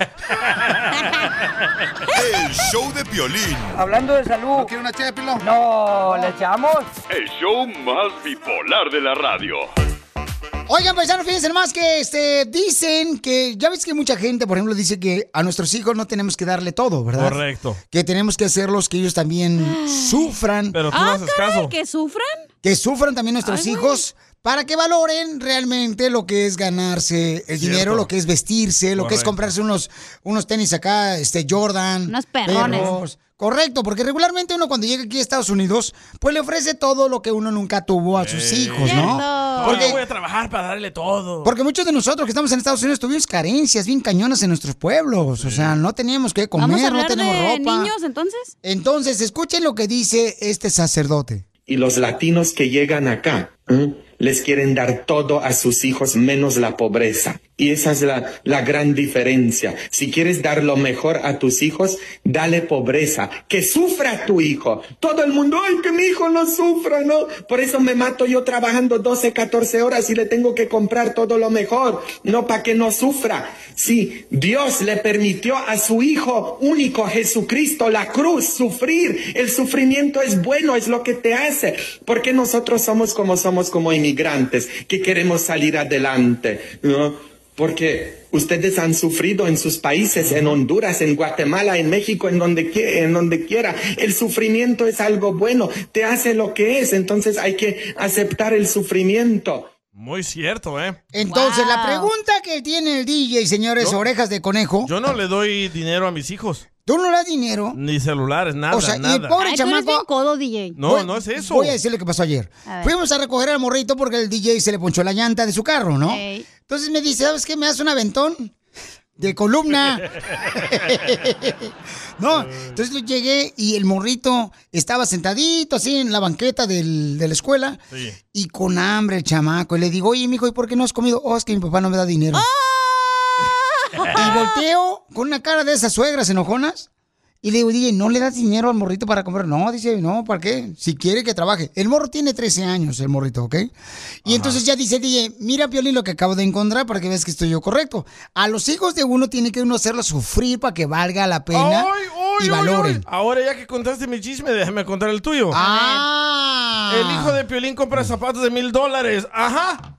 El show de Piolín.
Hablando de salud. ¿No quiere una ché No, ¿le echamos?
El show más bipolar de la radio.
Oigan, paisanos, fíjense más que este, dicen que, ya ves que mucha gente, por ejemplo, dice que a nuestros hijos no tenemos que darle todo, ¿verdad?
Correcto.
Que tenemos que hacerlos que
*gasps*
ellos también sufran. Pero
Ah, caray, ¿que sufran?
Que sufran también nuestros hijos para que valoren realmente lo que es ganarse el dinero, lo que es vestirse, lo que es
Correcto.
comprarse unos, unos tenis acá, este Jordan. Unos
perrones.
Correcto, porque regularmente uno cuando llega aquí a Estados Unidos, pues le ofrece todo lo que uno nunca tuvo a sus hijos, ¿no?
Porque
Porque
voy a trabajar para darle todo.
porque muchos de nosotros que estamos en Estados Unidos tuvimos carencias bien cañonas en nuestros pueblos. O sea, no teníamos que comer,
¿Vamos a
no
hablar
tenemos
de
ropa.
niños entonces?
Entonces, escuchen lo que dice este sacerdote.
Y los latinos que llegan acá ¿eh? les quieren dar todo a sus hijos menos la pobreza. Y esa es la, la gran diferencia. Si quieres dar lo mejor a tus hijos, dale pobreza. Que sufra tu hijo. Todo el mundo, ay, que mi hijo no sufra, ¿no? Por eso me mato yo trabajando 12, 14 horas y le tengo que comprar todo lo mejor. No, para que no sufra. Si Dios le permitió a su hijo único, Jesucristo, la cruz, sufrir. El sufrimiento es bueno, es lo que te hace. Porque nosotros somos como somos, como inmigrantes, que queremos salir adelante, ¿no? Porque ustedes han sufrido en sus países, en Honduras, en Guatemala, en México, en donde, qui- en donde quiera. El sufrimiento es algo bueno, te hace lo que es, entonces hay que aceptar el sufrimiento.
Muy cierto, ¿eh?
Entonces, la pregunta que tiene el DJ, señores, orejas de conejo.
Yo no le doy dinero a mis hijos.
¿Tú no le das dinero?
Ni celulares, nada,
o sea,
nada.
y el pobre
Ay, tú eres
chamaco.
bien codo, DJ.
No,
Voy-
no es eso.
Voy a decir lo que pasó ayer.
A ver.
Fuimos a recoger al morrito porque el DJ se le ponchó la llanta de su carro, ¿no?
Ey.
Entonces me dice, ¿sabes qué? ¿Me das un aventón? De
*laughs*
columna. *laughs* no, entonces yo llegué y el morrito estaba sentadito así en la banqueta del- de la escuela
Sí.
y con hambre el chamaco. Y le digo, oye, mijo, ¿y por qué no has comido? Oh, es que mi papá no me da dinero.
¡Ah!
Y volteo con una cara de esas suegras enojonas y le digo, DJ, ¿no le das dinero al morrito para comprar? No, dice, no, ¿para qué? Si quiere que trabaje. El morro tiene 13 años, el morrito, ¿ok? Y entonces ya dice, DJ, mira, Piolín, lo que acabo de encontrar para que veas que estoy yo correcto. A los hijos de uno tiene que uno hacerlo sufrir para que valga la
pues,
pena
Ay, ay,
y
ay,
valoren.
ay. Ahora ya que contaste mi chisme, déjame contar el tuyo.
Ah.
El hijo de Piolín compra zapatos de mil dólares. Ajá.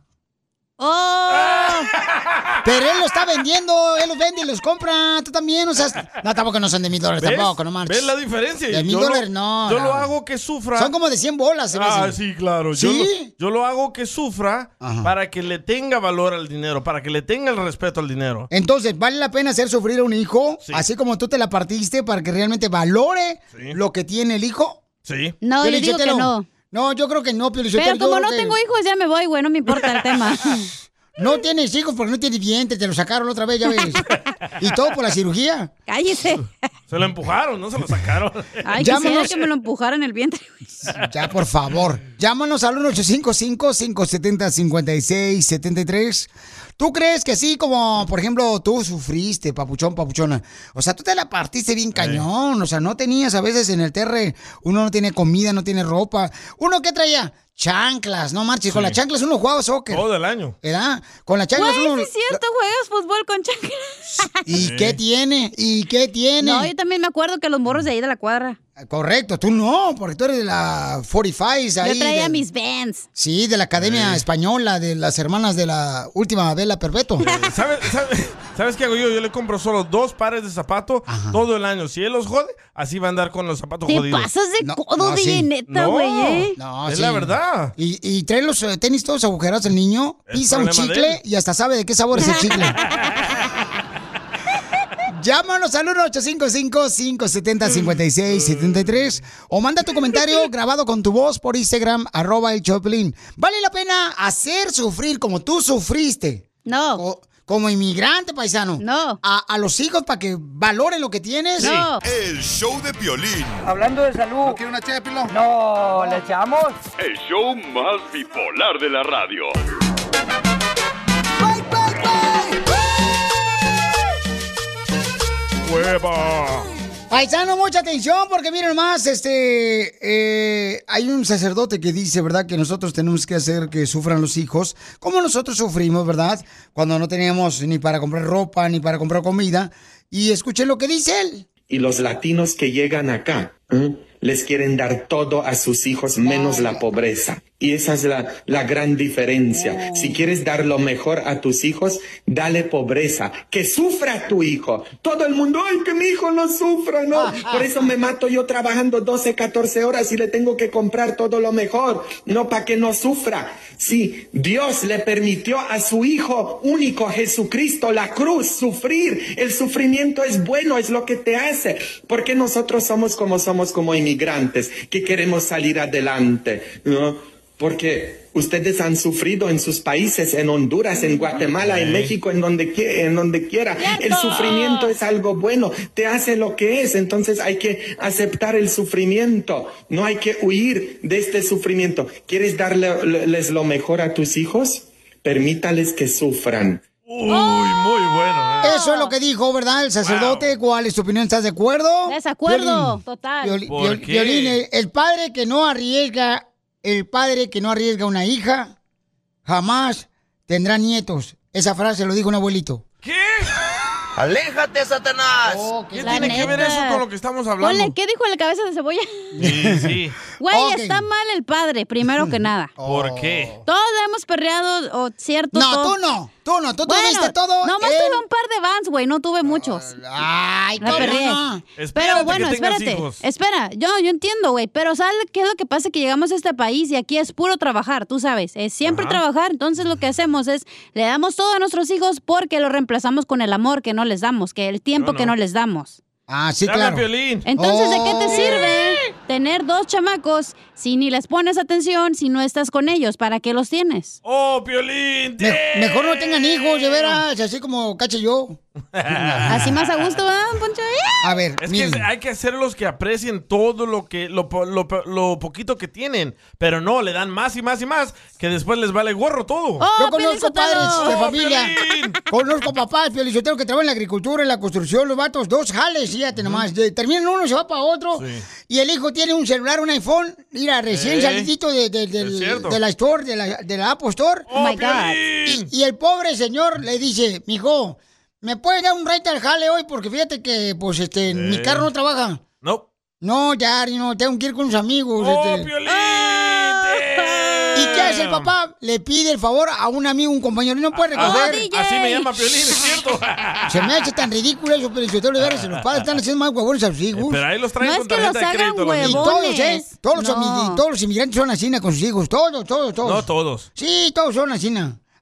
Ah, Pero él lo está vendiendo, él los vende y los compra, tú también, o sea, no, tampoco no son de mil dólares,
¿Ves?
tampoco, no manches.
¿Ves la diferencia?
De mil
Yo lo-
dólares, no.
yo lo
no.
hago que sufra.
Son como de 100 bolas, se me
Ah,
hacen.
sí, claro. Yo,
¿Sí?
lo, yo lo hago que sufra para que le tenga valor al dinero, para que le tenga el respeto al dinero.
Entonces, ¿vale la pena hacer sufrir a un hijo?
Sí.
Así como tú te la partiste para que realmente valore
Sí.
lo que tiene el hijo.
Sí.
No, yo digo que
Piolichotelo.
no.
No, Pues yo creo que no, Pio
Pero como no tengo hijos, ya me voy, güey, no me importa el tema.
*laughs* No tienes hijos porque no tienes dientes, te lo sacaron la otra vez,
*laughs*
ya ves. y todo por la cirugía.
Cállese.
Se lo empujaron, no se lo sacaron.
*laughs* Ay, quisiera
Llámanos.
que me lo empujaran el
*laughs*
vientre.
Ya, por favor. Llámanos al 1-855-570-5673. ¿Tú crees que así como, por ejemplo, tú sufriste, papuchón, papuchona? O sea, tú te la partiste bien cañón. O sea, no tenías a veces en el terre, uno no tiene comida, no tiene ropa. ¿Uno qué traía? Chanclas, no marches. Con
Sí.
las chanclas uno jugaba soccer.
Todo el año.
¿Verdad? Con las chanclas
Güey,
uno...
sí es cierto, juegas fútbol con chanclas.
*laughs* ¿Y qué tiene? ¿Y qué tiene?
No, yo también me acuerdo que los morros de ahí de la cuadra.
Correcto, tú no, porque tú eres de la 45 ahí.
Yo traía
de-
mis Vans.
Sí, de la Academia Española, de las hermanas de la última Vela Perpetua.
*laughs* ¿Sabes, sabes, sabes qué hago yo? Yo le compro solo dos pares de zapatos todo el año. Si él los jode, así va a andar con los zapatos
Te
jodidos.
pasas de codo,
no,
DJ,
sí.
neta,
No,
güey, ¿eh?
No,
Es la verdad.
Y, y trae los eh, tenis todos agujerados el niño,
Es
pisa un
problema de él.
chicle y hasta sabe de qué sabor es el
*laughs*
chicle. Llámanos al 1-855-570-5673 o manda tu
*laughs*
comentario grabado con tu voz por Instagram, arroba el Choplin. ¿Vale la pena hacer sufrir como tú sufriste?
No.
como inmigrante, paisano.
No.
A, a los hijos para que valoren lo que tienes.
El show de Piolín.
Hablando de salud. ¿No quiere una ché de pilón? No, ¿le echamos?
El show más bipolar de la radio.
¡Hueva!
Paisano, mucha atención porque miren nomás, este, eh, hay un sacerdote que dice, ¿verdad? Que nosotros tenemos que hacer que sufran los hijos, como nosotros sufrimos, ¿verdad? Cuando no teníamos ni para comprar ropa, ni para comprar comida. Y escuchen lo que dice él.
y los latinos que llegan acá ¿eh? les quieren dar todo a sus hijos menos la pobreza. Y esa es la, la gran diferencia. Si quieres dar lo mejor a tus hijos, dale pobreza. Que sufra tu hijo. Todo el mundo, ay, que mi hijo no sufra, no. Por eso me mato yo trabajando 12, 14 horas y le tengo que comprar todo lo mejor. No, para que no sufra. Sí, Dios le permitió a su Hijo único, Jesucristo, la cruz, sufrir. El sufrimiento es bueno, es lo que te hace. Porque nosotros somos como somos, como inmigrantes, que queremos salir adelante, ¿no? Porque ustedes han sufrido en sus países, en Honduras, en Guatemala, en México, en donde, qui- en donde quiera. El sufrimiento es algo bueno, te hace lo que es. Entonces hay que aceptar el sufrimiento, no hay que huir de este sufrimiento. ¿Quieres darles lo mejor a tus hijos? Permítales que sufran.
Uy, muy bueno. ¿eh?
Eso es lo que dijo, ¿verdad? El sacerdote, ¿cuál es tu opinión? ¿Estás de acuerdo?
Desacuerdo,
Violín.
total.
Violi-
¿Por
viol-
qué?
Violín, el, el padre que no arriesga, el padre que no arriesga una hija, jamás tendrá nietos. Esa frase lo dijo un abuelito.
¿Qué?
¡Aléjate, Satanás!
Oh,
¿Qué tiene que ver eso con lo que estamos hablando?
Ponle, ¿qué dijo la cabeza de cebolla? *laughs*
Sí, sí.
Güey, está mal el padre, primero que nada.
Oh.
¿Por qué?
Todos hemos perreado, o cierto.
No,
todos-
tú no. Tú no, tú tuviste todo
Nomás
en-
tuve un par de vans, güey, no tuve muchos.
Ay,
La
¿cómo
perré.
no? Espérate
Pero
que
bueno,
tengas
espérate.
hijos.
Espera, yo, yo entiendo, güey. Pero ¿sabes qué es lo que pasa? Que llegamos a este país y aquí es puro trabajar, tú sabes. Es siempre
Ajá.
trabajar. Entonces lo que hacemos es le damos todo a nuestros hijos porque lo reemplazamos con el amor que no les damos, que el tiempo
No,
que
no.
no les damos.
Ah, sí,
Dame
claro.
Piolín.
Entonces, ¿de qué
Oh.
te sirve tener dos chamacos si ni les pones atención, si no estás con ellos? ¿Para qué los tienes?
¡Oh, Piolín!
Me- mejor no
*laughs*
tengan hijos, de veras, así como cache yo.
Ah. Así más a gusto, ¿verdad, Poncho?
A ver,
Es
miren.
que hay que hacer los que aprecien todo lo que lo, po- lo po- lo poquito que tienen, pero no le dan más y más y más que después les vale gorro todo.
Oh,
Yo conozco padres de
¡Oh,
familia.
Piolín!
Conozco papás, Felicitero, que trabajan en la agricultura, en la construcción, los vatos, dos jales, fíjate nomás. de- terminan uno, se va para otro. Y el hijo tiene un celular, un iPhone. Mira, recién
Eh,
salidito de, de- del-
es cierto.
de la Store, de la, de la Apple Store.
Oh, my God.
Y, y el pobre señor le dice, mijo, ¿me puedes dar un rate al jale hoy? Porque fíjate que, pues, este, mi carro no trabaja.
No.
No, ya, no, tengo que ir con unos amigos. este. ¿Y qué hace el papá? Le pide el favor a un amigo, un compañero, y no puede recoger.
Así- Ah, así me llama
*laughs*
Piolín, es cierto.
Se me hace tan ridículo eso, pero si usted lo ve, los padres están haciendo más huevones a sus hijos.
Eh, pero ahí los traen No es con que tarjeta los de hagan crédito, los niños.
Y todos, ¿eh?
huevones.
Todos, los
No.
amigui- todos los inmigrantes son así con sus hijos. Todos, todos, todos.
No todos.
Sí, todos son así.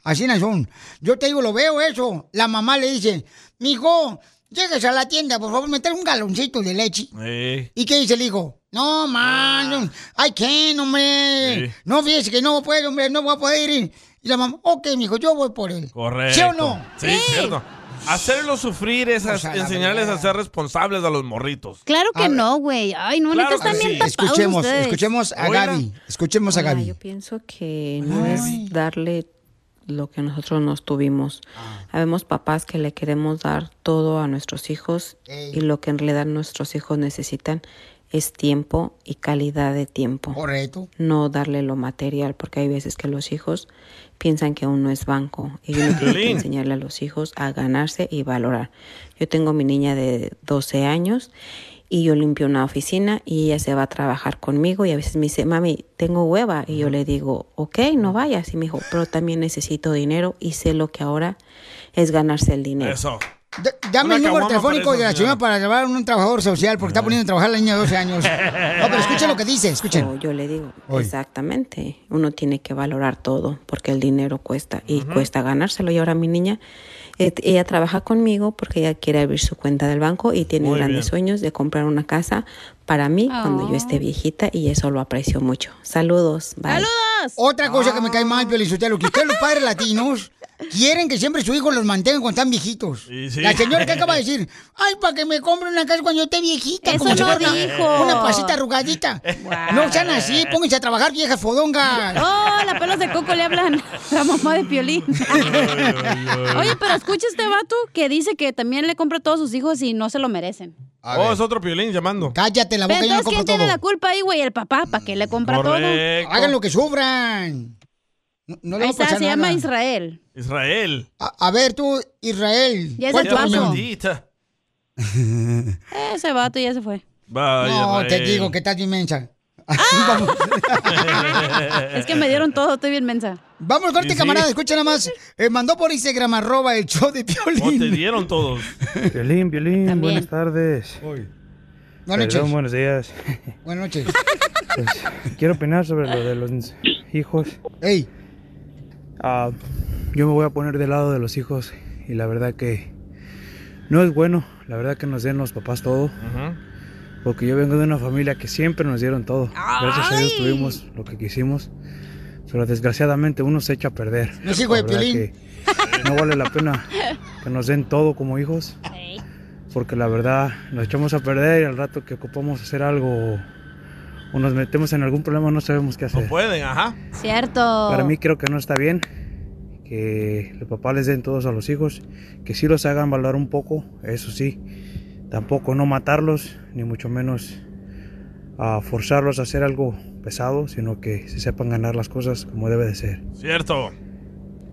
Así son. Yo te digo, lo veo eso. La mamá le dice, mijo, llegues a la tienda, por favor, me traes un galoncito de leche.
Eh,
¿Y qué dice el hijo? No, man, ay, ¿qué, hombre?
Sí.
No, fíjese que no puedo, hombre, no voy a poder ir. Y la mamá, ok, mijo, yo voy por él.
correcto.
¿Sí o no?
Sí, cierto. Hacerlos sufrir es as- enseñarles a ser responsables a los morritos.
Claro que
A ver.
no, güey. Ay, no,
Claro
neta, están
que
bien
sí.
tapados
Escuchemos,
ustedes.
escuchemos a
Oigan.
Gaby. Escuchemos a
Hola,
Gaby.
Yo pienso que no es darle lo que nosotros nos tuvimos.
Ah.
Habemos papás que le queremos dar todo a nuestros hijos y lo que en realidad nuestros hijos necesitan es tiempo y calidad de tiempo.
Correcto.
No darle lo material, porque hay veces que los hijos piensan que uno es banco
*laughs*
y uno tiene que
Violín.
enseñarle a los hijos a ganarse y valorar. Yo tengo mi niña de 12 años y yo limpio una oficina y ella se va a trabajar conmigo y a veces me dice, mami, tengo hueva. Y yo le digo, ok, no vayas. Y me dijo, pero también necesito dinero y sé lo que ahora es ganarse el dinero.
Eso.
D- Dame
Una
el número
caguama
telefónico
para
de la
eso,
señora para llevar a un trabajador social porque está poniendo a trabajar a la niña de 12
*laughs*
años. No, pero escucha lo que dice, escuchen.
O yo le digo, exactamente, uno tiene que valorar todo porque el dinero cuesta y cuesta ganárselo. Y ahora mi niña, eh, ella trabaja conmigo porque ella quiere abrir su cuenta del banco y tiene
Muy
grandes
bien.
sueños de comprar una casa para mí cuando yo esté viejita y eso lo aprecio mucho. Saludos, bye.
Otra cosa que me cae
Ah.
mal, Piolizotelo, que ustedes los
*laughs*
padres latinos quieren que siempre sus hijos los mantengan cuando están viejitos.
Sí, sí.
La señora que
*laughs*
acaba de decir, ay, para que me compre una casa cuando yo esté viejita.
Eso
como si
no
fuera
dijo.
Una, una pasita arrugadita. No sean así, pónganse a trabajar, viejas fodongas.
Oh, la pelos de coco le hablan la mamá de Piolín. Oye, pero escucha este vato que dice que también le compra a todos sus hijos y no se lo merecen.
Oh, es otro Piolín llamando.
Cállate la
Pero entonces, ¿quién tiene la culpa ahí, güey? El papá, ¿para qué le compra
Correcto.
todo?
Hagan lo que sufran. No, no le
Ahí
va a
está,
pasar
se llama
nada.
Israel.
Israel.
A, a ver tú, Israel.
Ya es
¿cuál
el
tu
paso.
opinión?
Maldita.
Ese vato ya se fue.
Vaya,
No, te
Israel.
digo que estás bien mensa.
Es que me dieron todo, estoy bien mensa.
Vamos con
Y
este
sí.
camarada, escucha nada más. Eh, mandó por Instagram arroba el show de Piolín.
Oh, te dieron todos.
Violín, Violín,
También.
buenas tardes.
Buenas
Perdón,
noches.
buenos días.
Buenas noches.
Pues, quiero opinar sobre lo de los hijos. Ah,
Ey.
yo me voy a poner del lado de los hijos y la verdad que no es bueno, la verdad que nos den los papás todo. Porque yo vengo de una familia que siempre nos dieron todo. Gracias a Dios tuvimos lo que quisimos. Pero desgraciadamente uno se echa a perder.
No es hijo de
La verdad
Piolín.
que No vale la pena que nos den todo como hijos. Porque la verdad nos echamos a perder y al rato que ocupamos hacer algo o nos metemos en algún problema no sabemos qué hacer.
Pueden, ah, ajá.
Cierto.
Para mí creo que no está bien que los papás les den todos a los hijos, que sí los hagan valorar un poco, eso sí, tampoco no matarlos, ni mucho menos a forzarlos a hacer algo pesado, sino que se sepan ganar las cosas como debe de ser.
Cierto.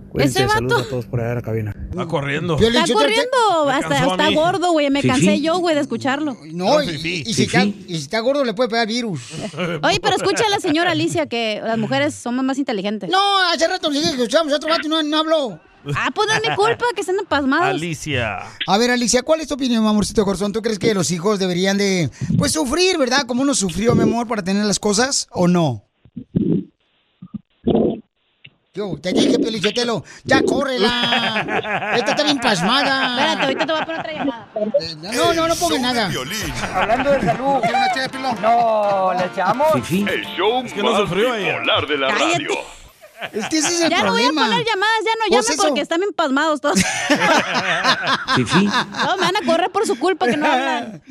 Cuídense,
Ese
saludos
vato-
a todos por allá en la cabina.
Va corriendo.
Mm. Piolín,
Está
yo te-
corriendo,
me
hasta
cansó a
está
mí.
gordo, güey. Me
Fifí.
cansé yo, güey, de escucharlo.
No, y, y si está, y si está gordo le puede pegar virus.
*laughs* Oye, pero escucha a la señora Alicia que las mujeres somos más inteligentes.
No, hace rato le dije que escuchamos otro vato y no, no habló.
Ah, pues no es mi culpa que estén pasmados.
Alicia.
Ah, A ver, Alicia, ¿cuál es tu opinión, amorcito corazón? ¿Tú crees que los hijos deberían de, pues, sufrir, verdad? Como uno sufrió, mi amor, para tener las cosas, ¿o no? Yo, te dije, Pelichotelo, ya córrela. Esta está bien pasmada.
Espérate, ahorita te voy a poner otra llamada.
No, no, no pongas nada.
Hablando de salud. ¿Quieres una ché de pilón? No, ¿le echamos?
El show
que no
más
sufrió ella.
bipolar de la
Cállate.
radio.
Es que ese Este es el
ya no voy
problema.
a poner llamadas, ya no
Pues
llame
eso.
porque están bien pasmados
*laughs*
todos.
Fifí.
No, me van a correr por su culpa que no hablan.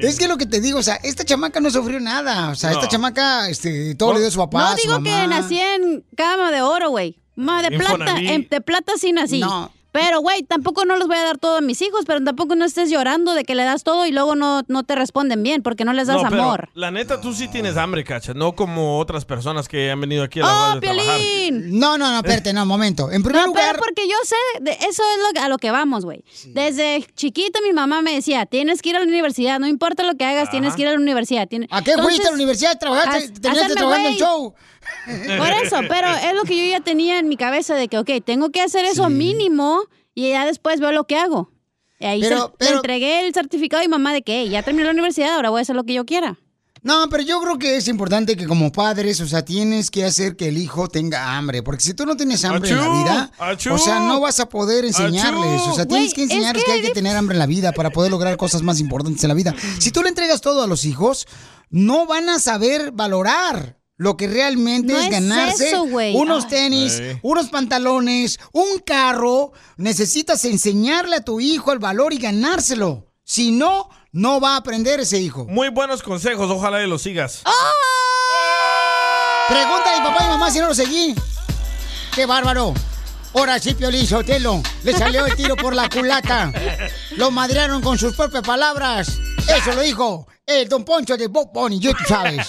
Es que lo que te digo, o sea, esta chamaca no sufrió nada. O sea,
No.
esta chamaca, este, todo le dio a su papá,
No
a su
digo
mamá.
que nací en cama de oro, güey. Más de plata,
Infonavit.
en- de plata sí nací.
No.
Pero, güey, tampoco no los voy a dar todo a mis hijos, pero tampoco no estés llorando de que le das todo y luego no, no te responden bien porque no les das
No, pero
amor.
La neta, tú sí tienes hambre, cacha. No como otras personas que han venido
¡Oh,
aquí a la radio a trabajar.
No, no, no, espérate, no, momento. En primer
No,
lugar,
pero porque yo sé, de- eso es lo- a lo que vamos, güey. Desde chiquita mi mamá me decía, tienes que ir a la universidad, no importa lo que hagas, tienes que ir a la universidad. ¿A
qué fuiste a la universidad? Trabajaste- terminaste trabajando en show.
Por eso, pero es lo que yo ya tenía en mi cabeza de que, ok, tengo que hacer eso mínimo y ya después veo lo que hago. Y ahí
Pero-
se- le
pero-
entregué el certificado y mamá de que "Hey, ya terminé la universidad, ahora voy a hacer lo que yo quiera.
No, pero yo creo que es importante que como padres, o sea, tienes que hacer que el hijo tenga hambre, porque si tú no tienes hambre en
Achú,
la vida,
achú,
o sea, no vas a poder enseñarles, o sea,
achú.
tienes
Güey,
que
es
enseñarles
que
que hay que
de-
tener hambre en la vida para poder lograr cosas más importantes en la vida. Si tú le entregas todo a los hijos, no van a saber valorar lo que realmente
No
es
es
ganarse
eso, güey. Ah.
unos
Ay.
tenis,
Ey.
unos pantalones, un carro, necesitas enseñarle a tu hijo el valor y ganárselo. Si no, no va a aprender ese hijo.
Muy buenos consejos, ojalá y los sigas.
Pregunta a mi papá y mamá si no lo seguí. ¡Qué bárbaro! Ahora sí, Piolín Sotelo, le salió el tiro por la culata. Lo madrearon con sus propias palabras. Eso lo dijo el Don Poncho de Bob Bunny, yo tú sabes.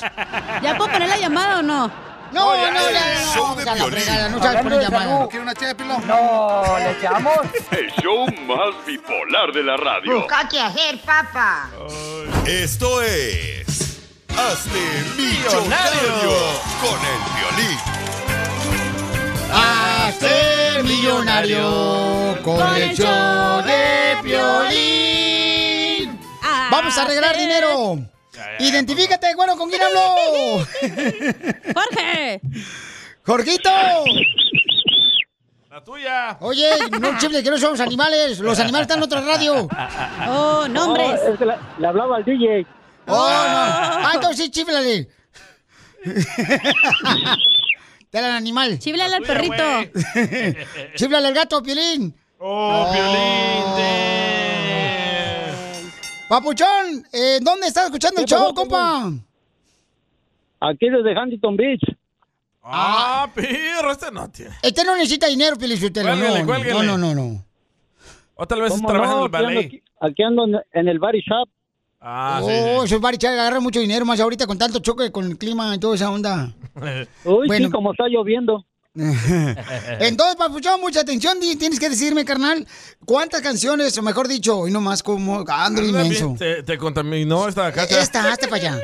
¿Ya puedo poner la llamada o no?
No,
Oye,
no, no,
el
no,
show
no,
de
vamos a la
Piolín.
fregada, no sabes
Hablando
poner
de salud.
llamada.
¿Quieres una ché de pilón? No, ¿le echamos?
El show más bipolar de la radio.
qué hacer, papá.
Esto es. Hazte millonario con el violín.
Hazte millonario con el show de Piolín.
Ah,
Vamos a
eh.
arreglar dinero. Identifícate, bueno, ¿con quién hablo?
*laughs* Jorge.
Jorgito.
La tuya.
Oye, no chifle, que no somos animales. Los animales están en otra radio.
Oh, nombres.
es que le hablaba al DJ. Oh, no. Ah, entonces sí,
*laughs*
chiflale. Dale al animal.
Chíblale al perrito.
*laughs* Chíblale al gato, Piolín.
Oh, Piolín.
Oh. Papuchón, eh, ¿dónde estás escuchando el
¿Qué
show,
pasó,
compa?
Aquí desde Huntington Beach.
Ah, pirro, este no tiene.
Este no necesita dinero, Piolín. Sotelo,
Cuélguele,
no,
cuélguele.
no, no, no, no.
O tal vez
¿Cómo
trabaja
no?
en el
Aquí ando
ballet.
aquí- Aquí ando en- en el body shop.
Ah, sí,
oh,
sí.
esos bares chagas agarran mucho dinero, más ahorita con tanto choque con el clima y toda esa onda.
*laughs* Uy,
Bueno.
sí, como está lloviendo.
*laughs* Entonces, Papuchón, mucha atención. di- Tienes que decirme, carnal, cuántas canciones, o mejor dicho, hoy nomás como Andrew
Anda bien,
inmenso.
Te, te contaminó esta cacha.
Esta, hazte para allá.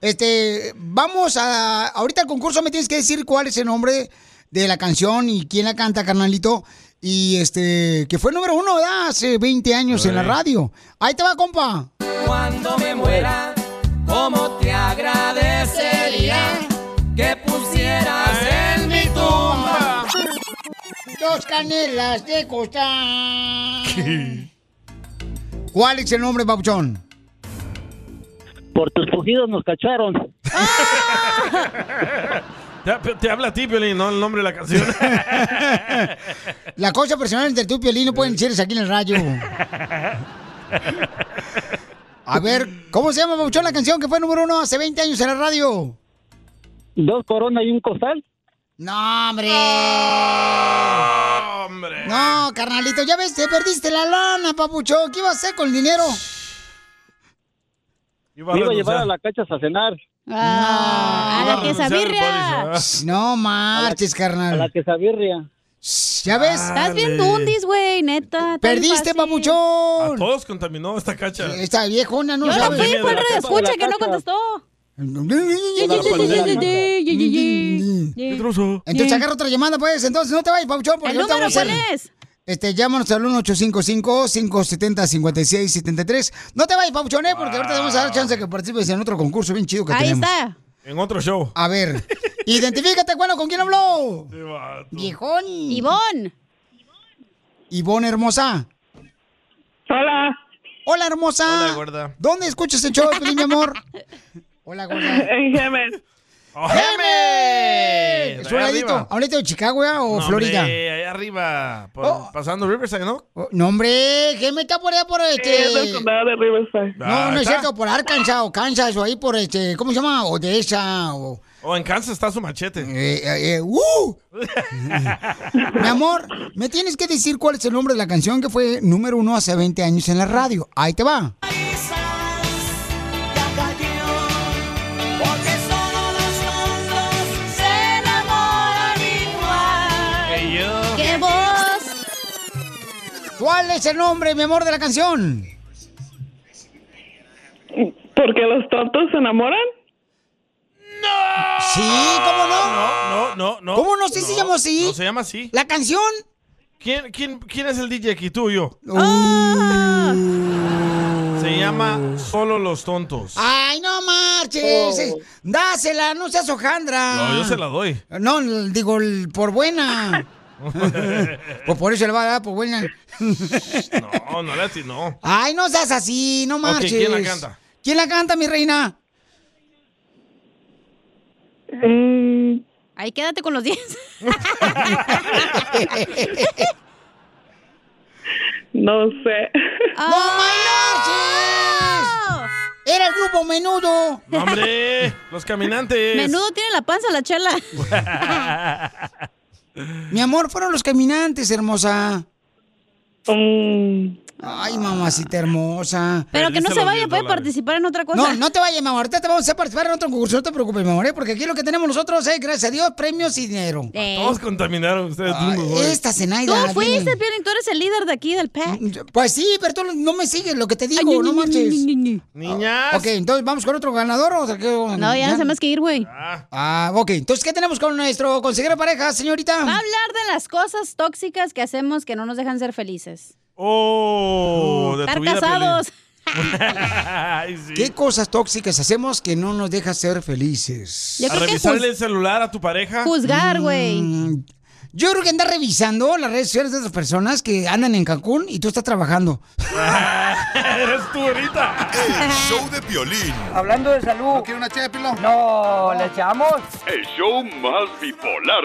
Este, vamos a. Ahorita al concurso me tienes que decir cuál es el nombre de la canción y quién la canta, carnalito. Y este, que fue número uno, ¿verdad? Hace 20 años en la
Sí.
radio. Ahí te va, compa.
Cuando me muera, ¿cómo te agradecería que pusieras en mi tumba?
Dos canelas de costa. ¿Cuál es el nombre, Papuchón?
Por tus fugidos nos cacharon.
Te, te habla a ti, Piolín, no el nombre de la canción.
La cosa personal entre tú y Piolín no pueden decirse aquí en el radio. A ver, ¿cómo se llama, Papuchón, la canción que fue número uno hace 20 años en la radio?
Dos coronas y un costal.
No, hombre. No,
hombre.
No, carnalito, ya ves, te perdiste la lana, papuchón. ¿Qué iba a hacer con el dinero?
Me iba a llevar a la cachas a cenar.
Ah,
Ah,
a la quesabirria.
No marches, carnal.
A la quesabirria.
¿Ya ves?
Estás bien dundis, güey, neta. tan
Perdiste,
fácil.
papuchón.
A todos contaminó esta cacha.
Esta viejona no
Yo la
sabe.
fui, fue el escucha que no contestó.
Entonces agarra otra llamada, pues. Entonces no te vayas, Papuchón. Porque
¿El
ahorita
número
vamos a hacer-
cuál es?
Este, llámanos al 1-855-570-5673. No te vayas, Papuchón, eh, porque ahorita te vamos a dar chance que participes en otro concurso bien chido que
Ahí
tenemos.
está.
En otro show.
A
*laughs*
ver, identifícate, bueno, ¿con quién habló? Viejón.
Ivón.
Ivón, hermosa.
Hola.
Hola, hermosa.
Hola, gorda.
¿Dónde escuchas el show, de Pelín, mi
*laughs*
amor? Hola, gorda.
En Gemes.
¡Gemes! Es un
Allá
ladito.
arriba.
¿A un ladito de Chicago ya, o
No,
Oh, Florida? Oh.
hombre, allá arriba. por- Pasando Riverside, ¿no?
No, hombre, Gemes está por allá por este...
Es
Eh,
del condado de Riverside.
Ah,
No, no es cierto, por Arkansas o Kansas o ahí por este, ¿cómo se llama? O de esa o...
O en Kansas está su machete.
eh, eh, ¡uh! Mi amor, me tienes que decir cuál es el nombre de la canción que fue número uno hace 20 años en la radio. Ahí te va.
Porque solo los tontos se enamoran igual que yo.
¡Qué voz!
¿Cuál es el nombre, mi amor, de la canción?
¿Porque los tontos se enamoran?
Sí, ¿cómo
no? No, no, no.
¿Cómo no? Sí se llama así.
No se llama así.
¿La canción? Uh.
¿Quién, quién, quién es el DJ aquí? ¿Tú o yo? Se llama Solo los Tontos.
Ay, no marches.
Oh.
Dásela, no seas hojandra.
No, yo se la doy.
No, l- digo, l- por buena. *laughs* pues por eso le va a dar por
*laughs*
buena.
No, no, Leti, no.
Ay, no seas así, no
Ok,
marches.
¿quién la canta?
¿Quién la canta, mi reina?
Ahí quédate con los *laughs*
*laughs*
10.
No sé.
¡No marches! Era el grupo Menudo. *laughs*
No, hombre, los caminantes.
Menudo tiene la panza la chela.
Mi amor, fueron los caminantes, hermosa. Ay, mamacita hermosa.
Pero que no se vaya, puede participar en otra cosa.
No, no te vayas, mi amor. Ahorita te vamos a hacer participar en otro concurso. No te preocupes, mi amor, ¿eh? porque aquí lo que tenemos nosotros es, gracias a Dios, premios y dinero.
*laughs* Todos contaminaron ustedes mismos, güey.
Esta
Tú
Zenaida.
fuiste,
viene-
Piolín, tú eres el líder de aquí del PAC.
Pues sí, pero tú no me sigues lo que te digo,
Ay, ni,
no
ni,
marches.
ni,
Niñas. Ok, entonces vamos con otro ganador o sea, ¿qué?
No, ya no sé más que ir, güey.
Ah, ok. Entonces, ¿qué tenemos con nuestro consejero de pareja, señorita?
Va a hablar de las cosas tóxicas que hacemos que no nos dejan ser felices.
Oh, de
Estar
tu vida,
casados.
Ay, sí.
¿Qué cosas tóxicas hacemos que no nos deja ser felices?
¿A revisarle el celular a tu pareja?
Mm, Yo creo que andar revisando las redes sociales de otras personas que andan en Cancún y tú estás trabajando.
*laughs* Eres tú ahorita.
El show de Piolín.
Hablando de salud. ¿No quiere una ché de pilón? No, ¿le echamos?
El show más bipolar.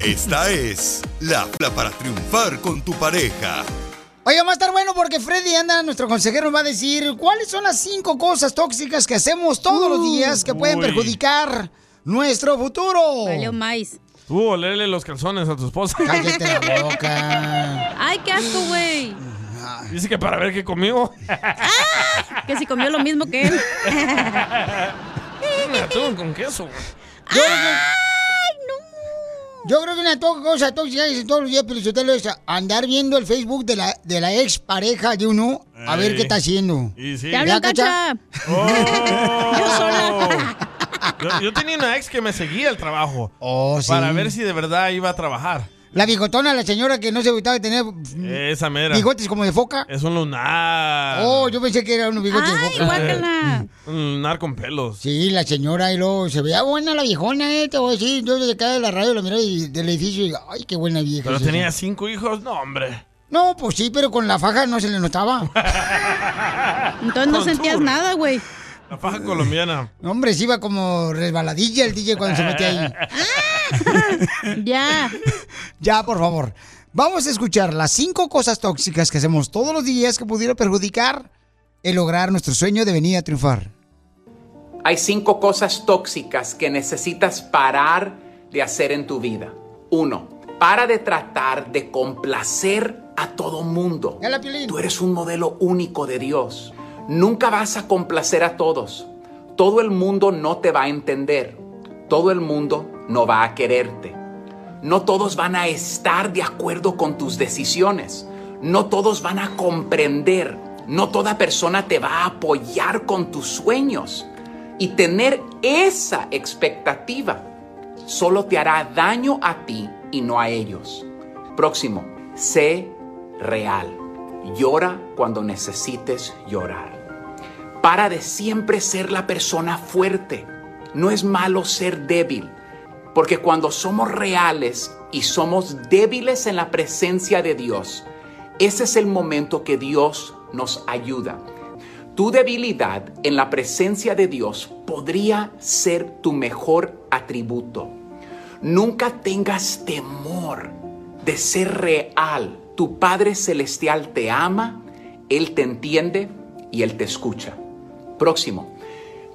Esta es la habla para triunfar con tu pareja.
Oiga, va a estar bueno porque Freddy anda, nuestro consejero, nos va a decir cuáles son las cinco cosas tóxicas que hacemos todos los días que pueden
Uy.
perjudicar nuestro futuro.
Valió maíz.
Tú, olerle los calzones a tu esposa.
Cállate la boca.
Ay, qué asco, güey.
*laughs* Dice que para ver qué comió.
Que si comió lo mismo que
*laughs*
él.
Un atún con queso, güey.
Yo, Yo creo que una to- cosa tóxica que todos los días, pero yo te lo es andar viendo el Facebook de la, de la ex pareja de uno a ver
Ey.
qué está haciendo.
Y sí. *laughs*
¿Ya, Cacha?
Yo sola. Yo, yo tenía una ex que me seguía al trabajo.
Oh, sí.
Para ver si de verdad iba a trabajar.
*laughs* La bigotona, la señora que no se evitaba de tener
Esa mera.
bigotes como de foca.
Es un lunar.
Oh, yo pensé que era un bigote de foca.
Un lunar con pelos.
Sí, la señora y luego se veía buena la viejona, eh, te voy a decir. Yo desde acá de la radio la miré y del edificio y digo, ay, qué buena vieja.
Pero
es
tenía
esa".
cinco hijos. No, hombre.
No, pues sí, pero con la faja no se le
*laughs*
notaba.
Entonces no sentías nada, güey.
La faja Ah, colombiana.
No, hombre, sí iba como resbaladilla el DJ cuando se metía
Eh, *laughs*
ahí.
ya.
*laughs* Ya, por favor. Vamos a escuchar las cinco cosas tóxicas que hacemos todos los días que pudiera perjudicar el lograr nuestro sueño de venir a triunfar.
Hay cinco cosas tóxicas que necesitas parar de hacer en tu vida. Uno, para de tratar de complacer a todo mundo. Tú eres un modelo único de Dios. Nunca vas a complacer a todos. Todo el mundo no te va a entender. Todo el mundo no va a quererte. No todos van a estar de acuerdo con tus decisiones. No todos van a comprender. No toda persona te va a apoyar con tus sueños. Y tener esa expectativa solo te hará daño a ti y no a ellos. Próximo, sé real. Llora cuando necesites llorar. Para de siempre ser la persona fuerte. No es malo ser débil, porque cuando somos reales y somos débiles en la presencia de Dios, ese es el momento que Dios nos ayuda. Tu debilidad en la presencia de Dios podría ser tu mejor atributo. Nunca tengas temor de ser real. Tu Padre Celestial te ama, Él te entiende y Él te escucha. Próximo.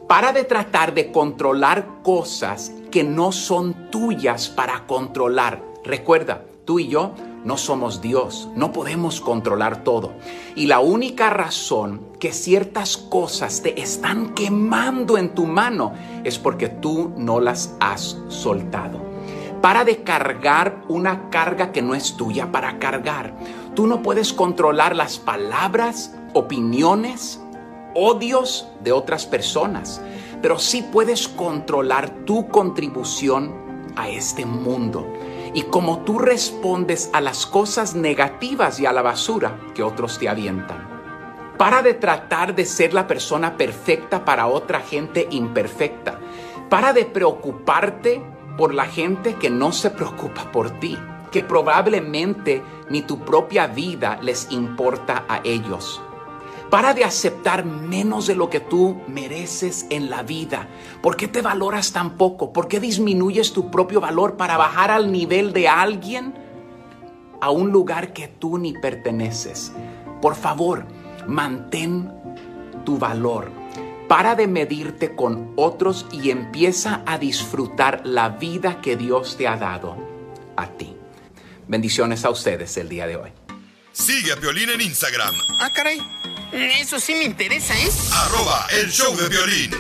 Para de tratar de controlar cosas que no son tuyas para controlar. Recuerda, tú y yo no somos Dios, no podemos controlar todo. Y la única razón que ciertas cosas te están quemando en tu mano es porque tú no las has soltado. Para de cargar una carga que no es tuya para cargar. Tú no puedes controlar las palabras, opiniones, odios de otras personas, pero sí puedes controlar tu contribución a este mundo. Y como tú respondes a las cosas negativas y a la basura que otros te avientan. Para de tratar de ser la persona perfecta para otra gente imperfecta. Para de preocuparte por la gente que no se preocupa por ti, que probablemente ni tu propia vida les importa a ellos. Para de aceptar menos de lo que tú mereces en la vida. ¿Por qué te valoras tan poco? ¿Por qué disminuyes tu propio valor para bajar al nivel de alguien a un lugar que tú ni perteneces? Por favor, mantén tu valor. Para de medirte con otros y empieza a disfrutar la vida que Dios te ha dado a ti. Bendiciones a ustedes el día de hoy.
Sigue a Piolín en Instagram,
Ah, caray. Eso sí me interesa, ¿eh?
arroba el show de violín.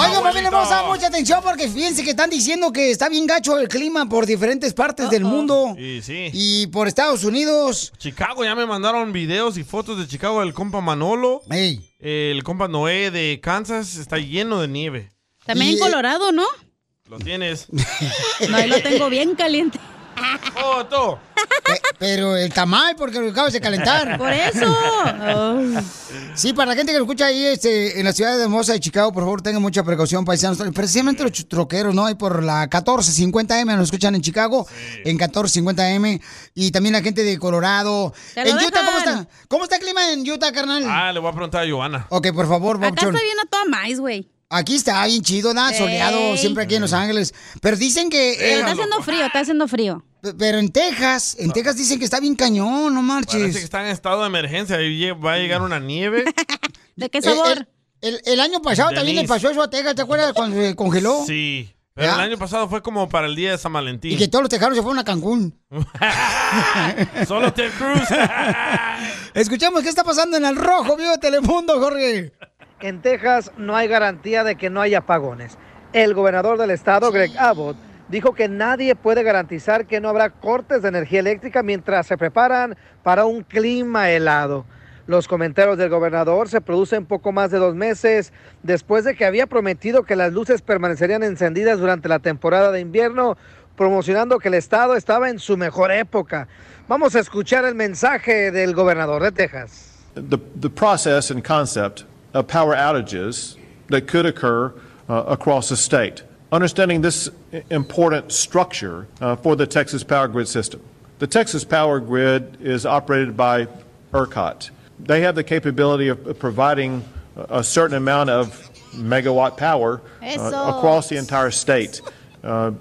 Oiga,
Abuelito.
familia hermosa, mucha atención porque fíjense que están diciendo que está bien gacho el clima por diferentes partes del mundo.
Ah, Y sí.
Y por Estados Unidos.
Chicago, ya me mandaron videos y fotos de Chicago del compa Manolo. El compa Noé de Kansas está lleno de nieve.
También en Colorado, ¿no?
*laughs*
Lo tienes.
No,
*laughs*
ahí lo tengo bien caliente.
¡Foto!
Pero el tamal, porque lo acabas de calentar.
Por eso.
Sí, para la gente que lo escucha ahí este, en la ciudad de hermosa de Chicago, por favor, tengan mucha precaución, paisanos. Precisamente los ch- troqueros, ¿no? Hay por la 1450M, nos escuchan en Chicago, en 1450M. Y también la gente de Colorado.
¡Te lo
En Utah, ¿cómo
dejan!
está? ¿Cómo está el clima en Utah, carnal?
Ah, le voy a preguntar a Joana.
Ok, por favor,
Acá
Bobchón.
está bien a toda más, güey.
Aquí está bien chido, nada, soleado,
Ey.
siempre aquí en Los Ángeles. Pero dicen que. eh,
Pero está haciendo frío, está haciendo frío.
Pero en Texas, en Texas dicen que está bien cañón, no marches.
Parece que está en estado de emergencia. Ahí lle- va a llegar una nieve.
¿De
qué sabor?
El, el- el año pasado también le
Denise.
pasó eso a Texas, ¿te acuerdas cuando se *laughs* congeló?
Sí. Pero el año pasado fue como para el día de San Valentín.
Y que todos los tejanos se fueron a Cancún.
*laughs* Solo Ted
*laughs*
Cruz.
Escuchemos qué está pasando en el rojo, vivo de Telemundo, Jorge.
En Texas no hay garantía de que no haya apagones. El gobernador del estado, Greg Abbott, dijo que nadie puede garantizar que no habrá cortes de energía eléctrica mientras se preparan para un clima helado. Los comentarios del gobernador se producen poco más de dos meses después de que había prometido que las luces permanecerían encendidas durante la temporada de invierno, promocionando que el estado estaba en su mejor época. Vamos a escuchar el mensaje del gobernador de Texas.
the, the process and concept of power outages that could occur uh, across the state. Understanding this i- important structure uh, for the Texas power grid system. The Texas power grid is operated by ERCOT. They have the capability of providing a a certain amount of megawatt power uh,
Eso.
across the entire state uh,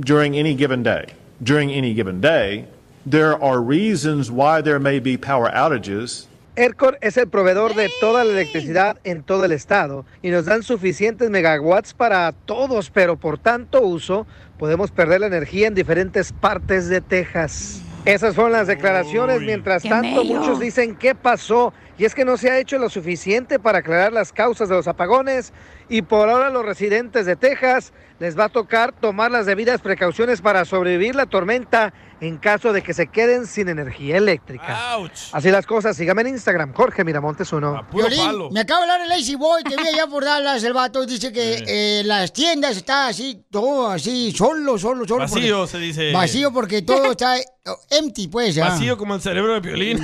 during any given day. During any given day, there are reasons why there may be power outages
ERCOT es el proveedor de toda la electricidad en todo el estado y nos dan suficientes megawatts para todos, pero por tanto uso podemos perder la energía en diferentes partes de Texas. Esas fueron las declaraciones. Mientras
qué
tanto,
mello.
muchos dicen qué pasó y es que no se ha hecho lo suficiente para aclarar las causas de los apagones y por ahora los residentes de Texas les va a tocar tomar las debidas precauciones para sobrevivir la tormenta en caso de que se queden sin energía eléctrica. Así las cosas, sígame en Instagram, Jorge Miramontes uno.
Piolín, me acaba de hablar el Lazy Boy que vi allá por Dallas, el vato, y dice que eh, las tiendas está así, todo así, solo, solo, solo. porque-
Vacío, se dice.
Vacío
*laughs*
porque todo está eh, empty, pues ya.
Vacío como el cerebro
*laughs*
de violín.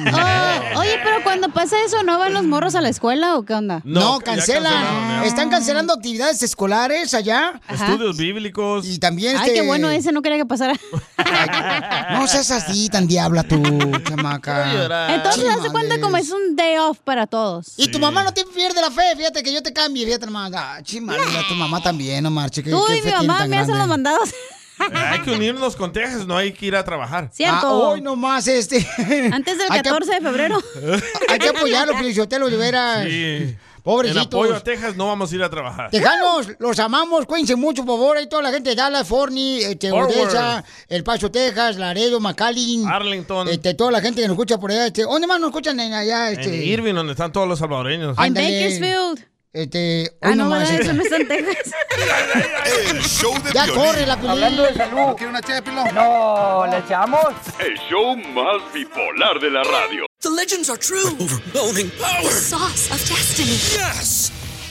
Oye, pero cuando pasa eso, ¿no van los morros a la escuela o qué onda?
No,
ya
cancelan.
cancelaron, ya.
Están cancelando actividades escolares allá.
Estudios bíblicos.
Y también
Ay,
este-
qué bueno ese, no quería que pasara.
No seas así tan diabla tú, chamaca.
Ah,
Entonces, hace cuenta como es un day off para todos.
Y tu mamá no te pierde la fe, fíjate que yo te cambie, fíjate nomás. Ah, chimalina, tu mamá también, no marche. qué-
Tú
qué
y
fe
mi
tiene
mamá
tan
me hacen
grande.
los mandados. *laughs*
Hay que unirnos con Texas, no hay que ir a trabajar.
Ah, hoy nomás este.
Antes del
Hay que-
14 de febrero.
*laughs* Hay
*laughs*
que apoyarlo, Felicitelo Olivera.
Sí. En
Pobrecitos.
apoyo a Texas no vamos a ir a trabajar.
Tejanos, los amamos, cuídense mucho, por favor. Ahí toda la gente de Dallas, Forney, este,
Forward.
Odessa, El Paso, Texas, Laredo, McAllen.
Arlington.
Este, toda la gente que nos escucha por allá. Este, ¿Dónde más nos escuchan en allá?
En
Este,
Irving, donde están todos los salvadoreños.
Ándale. Este, hoy
Ah, no,
nomás,
¿verdad?
este.
Eso no está en
*laughs*
Texas.
El show de
Ya
Piolín.
corre la
Hablando
de salud.
¿No quiere una ché de pilón? No, ¿le echamos?
El show más bipolar de la radio.
The legends are true.
Overwhelming
power.
sauce of destiny. Yes.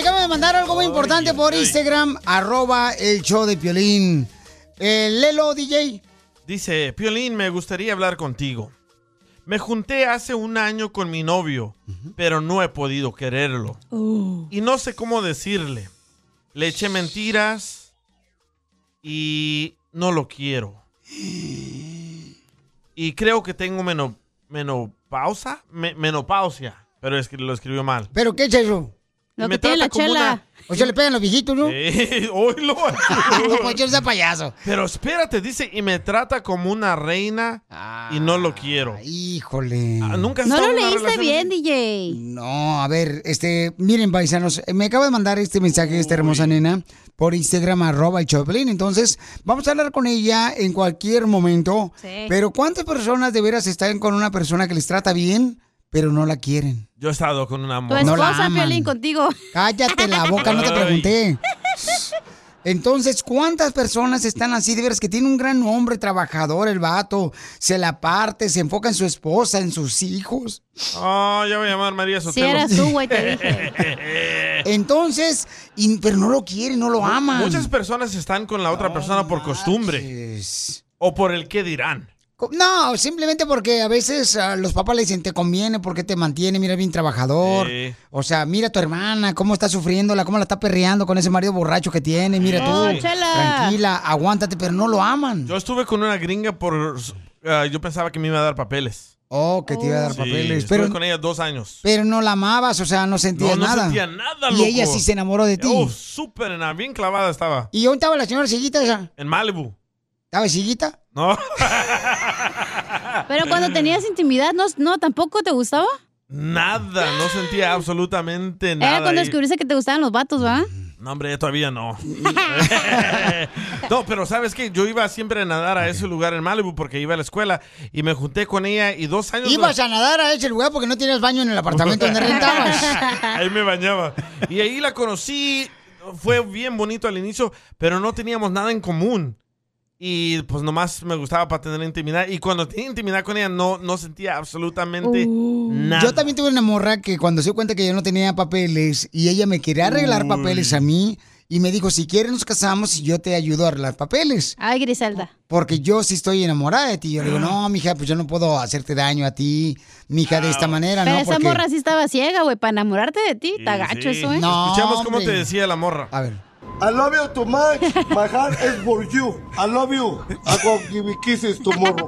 acaban de mandar algo muy importante por Instagram, arroba el show de Piolín. Eh, Lelo, DJ.
Dice, Piolín, me gustaría hablar contigo. Me junté hace un año con mi novio, pero no he podido quererlo. Y no sé cómo decirle. Le eché mentiras y no lo quiero. Y creo que tengo meno- menopausa, me- menopausia, pero es que lo escribió mal.
¿Pero qué es eso?
Lo Y me que tiene trata la como chela. una-
O sea, le pegan los viejitos, ¿no?
*laughs* Eh,
*laughs*
oílo.
No, pues yo sea payaso.
Pero espérate, dice, y me trata como una reina y no lo quiero.
Ah,
Ah,
Híjole.
Nunca has
No
estado
lo
en una
leíste
relación
bien, DJ.
No, a ver, este, miren, paisanos, eh, me acaba de mandar este mensaje esta hermosa nena por Instagram, arroba el Choplin. Entonces, vamos a hablar con ella en cualquier momento.
Sí.
Pero, ¿cuántas personas de veras están con una persona que les trata bien, pero no la quieren?
Yo he estado con una
Tu
mujer.
esposa, Piolín, contigo.
Cállate la boca, no te
Ay.
pregunté. Entonces, ¿cuántas personas están así de veras que tiene un gran hombre trabajador, el vato? Se la parte, se enfoca en su esposa, en sus hijos.
Ah, ya voy a llamar María Sotelo.
eras tú, güey, te dije. Entonces, y- pero no lo quiere, no *laughs* lo ama.
Muchas personas están con la otra persona por costumbre.
O
por el qué dirán.
No, simplemente porque a veces a los papás le dicen, te conviene porque te mantiene, mira, bien trabajador.
Sí.
O sea, mira a tu hermana, cómo está sufriéndola, cómo la está perreando con ese marido borracho que tiene. Mira
No,
tú,
chela.
tranquila, aguántate, pero no lo aman.
Yo estuve con una gringa por... ah, yo pensaba que me iba a dar papeles.
Oh, que te iba a dar
Sí,
papeles.
Estuve
Pero,
con ella dos años.
pero no la amabas, o sea, no sentías
no, no
nada.
sentía nada,
y
loco.
ella sí se enamoró de ti.
Oh, súper, nena, bien clavada estaba.
¿Y dónde estaba la señora Siguita esa?
En Malibu.
¿Estaba Siguita?
*laughs*
No. *laughs*
Pero cuando tenías intimidad, ¿no, no tampoco te gustaba?
Nada, no sentía absolutamente nada.
Era cuando
ahí.
descubriste que te gustaban los vatos, ¿va?
No, hombre,
*laughs*
todavía no. *laughs* no, pero ¿sabes qué? Yo iba siempre a nadar a ese lugar en Malibu porque iba a la escuela y me junté con ella y dos años...
Ibas
la-
a nadar a ese lugar porque no tenías baño en el apartamento donde
*laughs*
rentabas.
Ahí me bañaba. *laughs* Y ahí la conocí. Fue bien bonito al inicio, pero no teníamos nada en común. Y pues nomás me gustaba para tener intimidad. Y cuando tenía intimidad con ella, no, no sentía absolutamente nada.
Uh. Yo también tuve una morra que cuando se dio cuenta que yo no tenía papeles y ella me quería arreglar
Uy.
papeles a mí y me dijo, si quieres nos casamos y yo te ayudo a arreglar papeles.
Ay, Griselda.
Porque yo sí estoy enamorada de ti. Yo
Ah.
le digo, no, mija, pues yo no puedo hacerte daño a ti, mija, de esta manera,
Pero
¿no?
esa
Porque...
morra sí estaba ciega, güey, para enamorarte de ti. Está gacho eso, ¿eh?
Escuchamos cómo te decía la morra.
A ver.
I love you too much. My heart is for you. I love you. I go give you kisses tomorrow.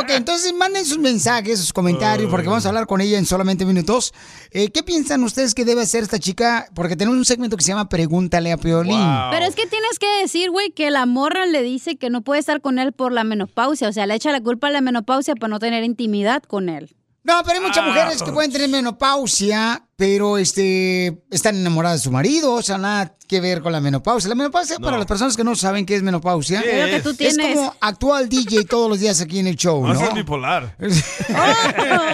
Ok, entonces manden sus mensajes, sus comentarios, porque vamos a hablar con ella en solamente minutos. Eh, ¿Qué piensan ustedes que debe hacer esta chica? Porque tenemos un segmento que se llama Pregúntale a Piolín.
Pero es que tienes que decir, güey, que la morra le dice que no puede estar con él por la menopausia. O sea, le echa la culpa a la menopausia por no tener intimidad con él.
No, pero hay muchas mujeres que pueden tener menopausia, pero este están enamoradas de su marido, o sea, nada que ver con la menopausia. La menopausia, para las personas que no saben qué es menopausia,
¿Qué Es lo que es? tú tienes.
es como actual DJ todos los días aquí en el show,
No,
¿no?
seas
*laughs*
bipolar.
Oh.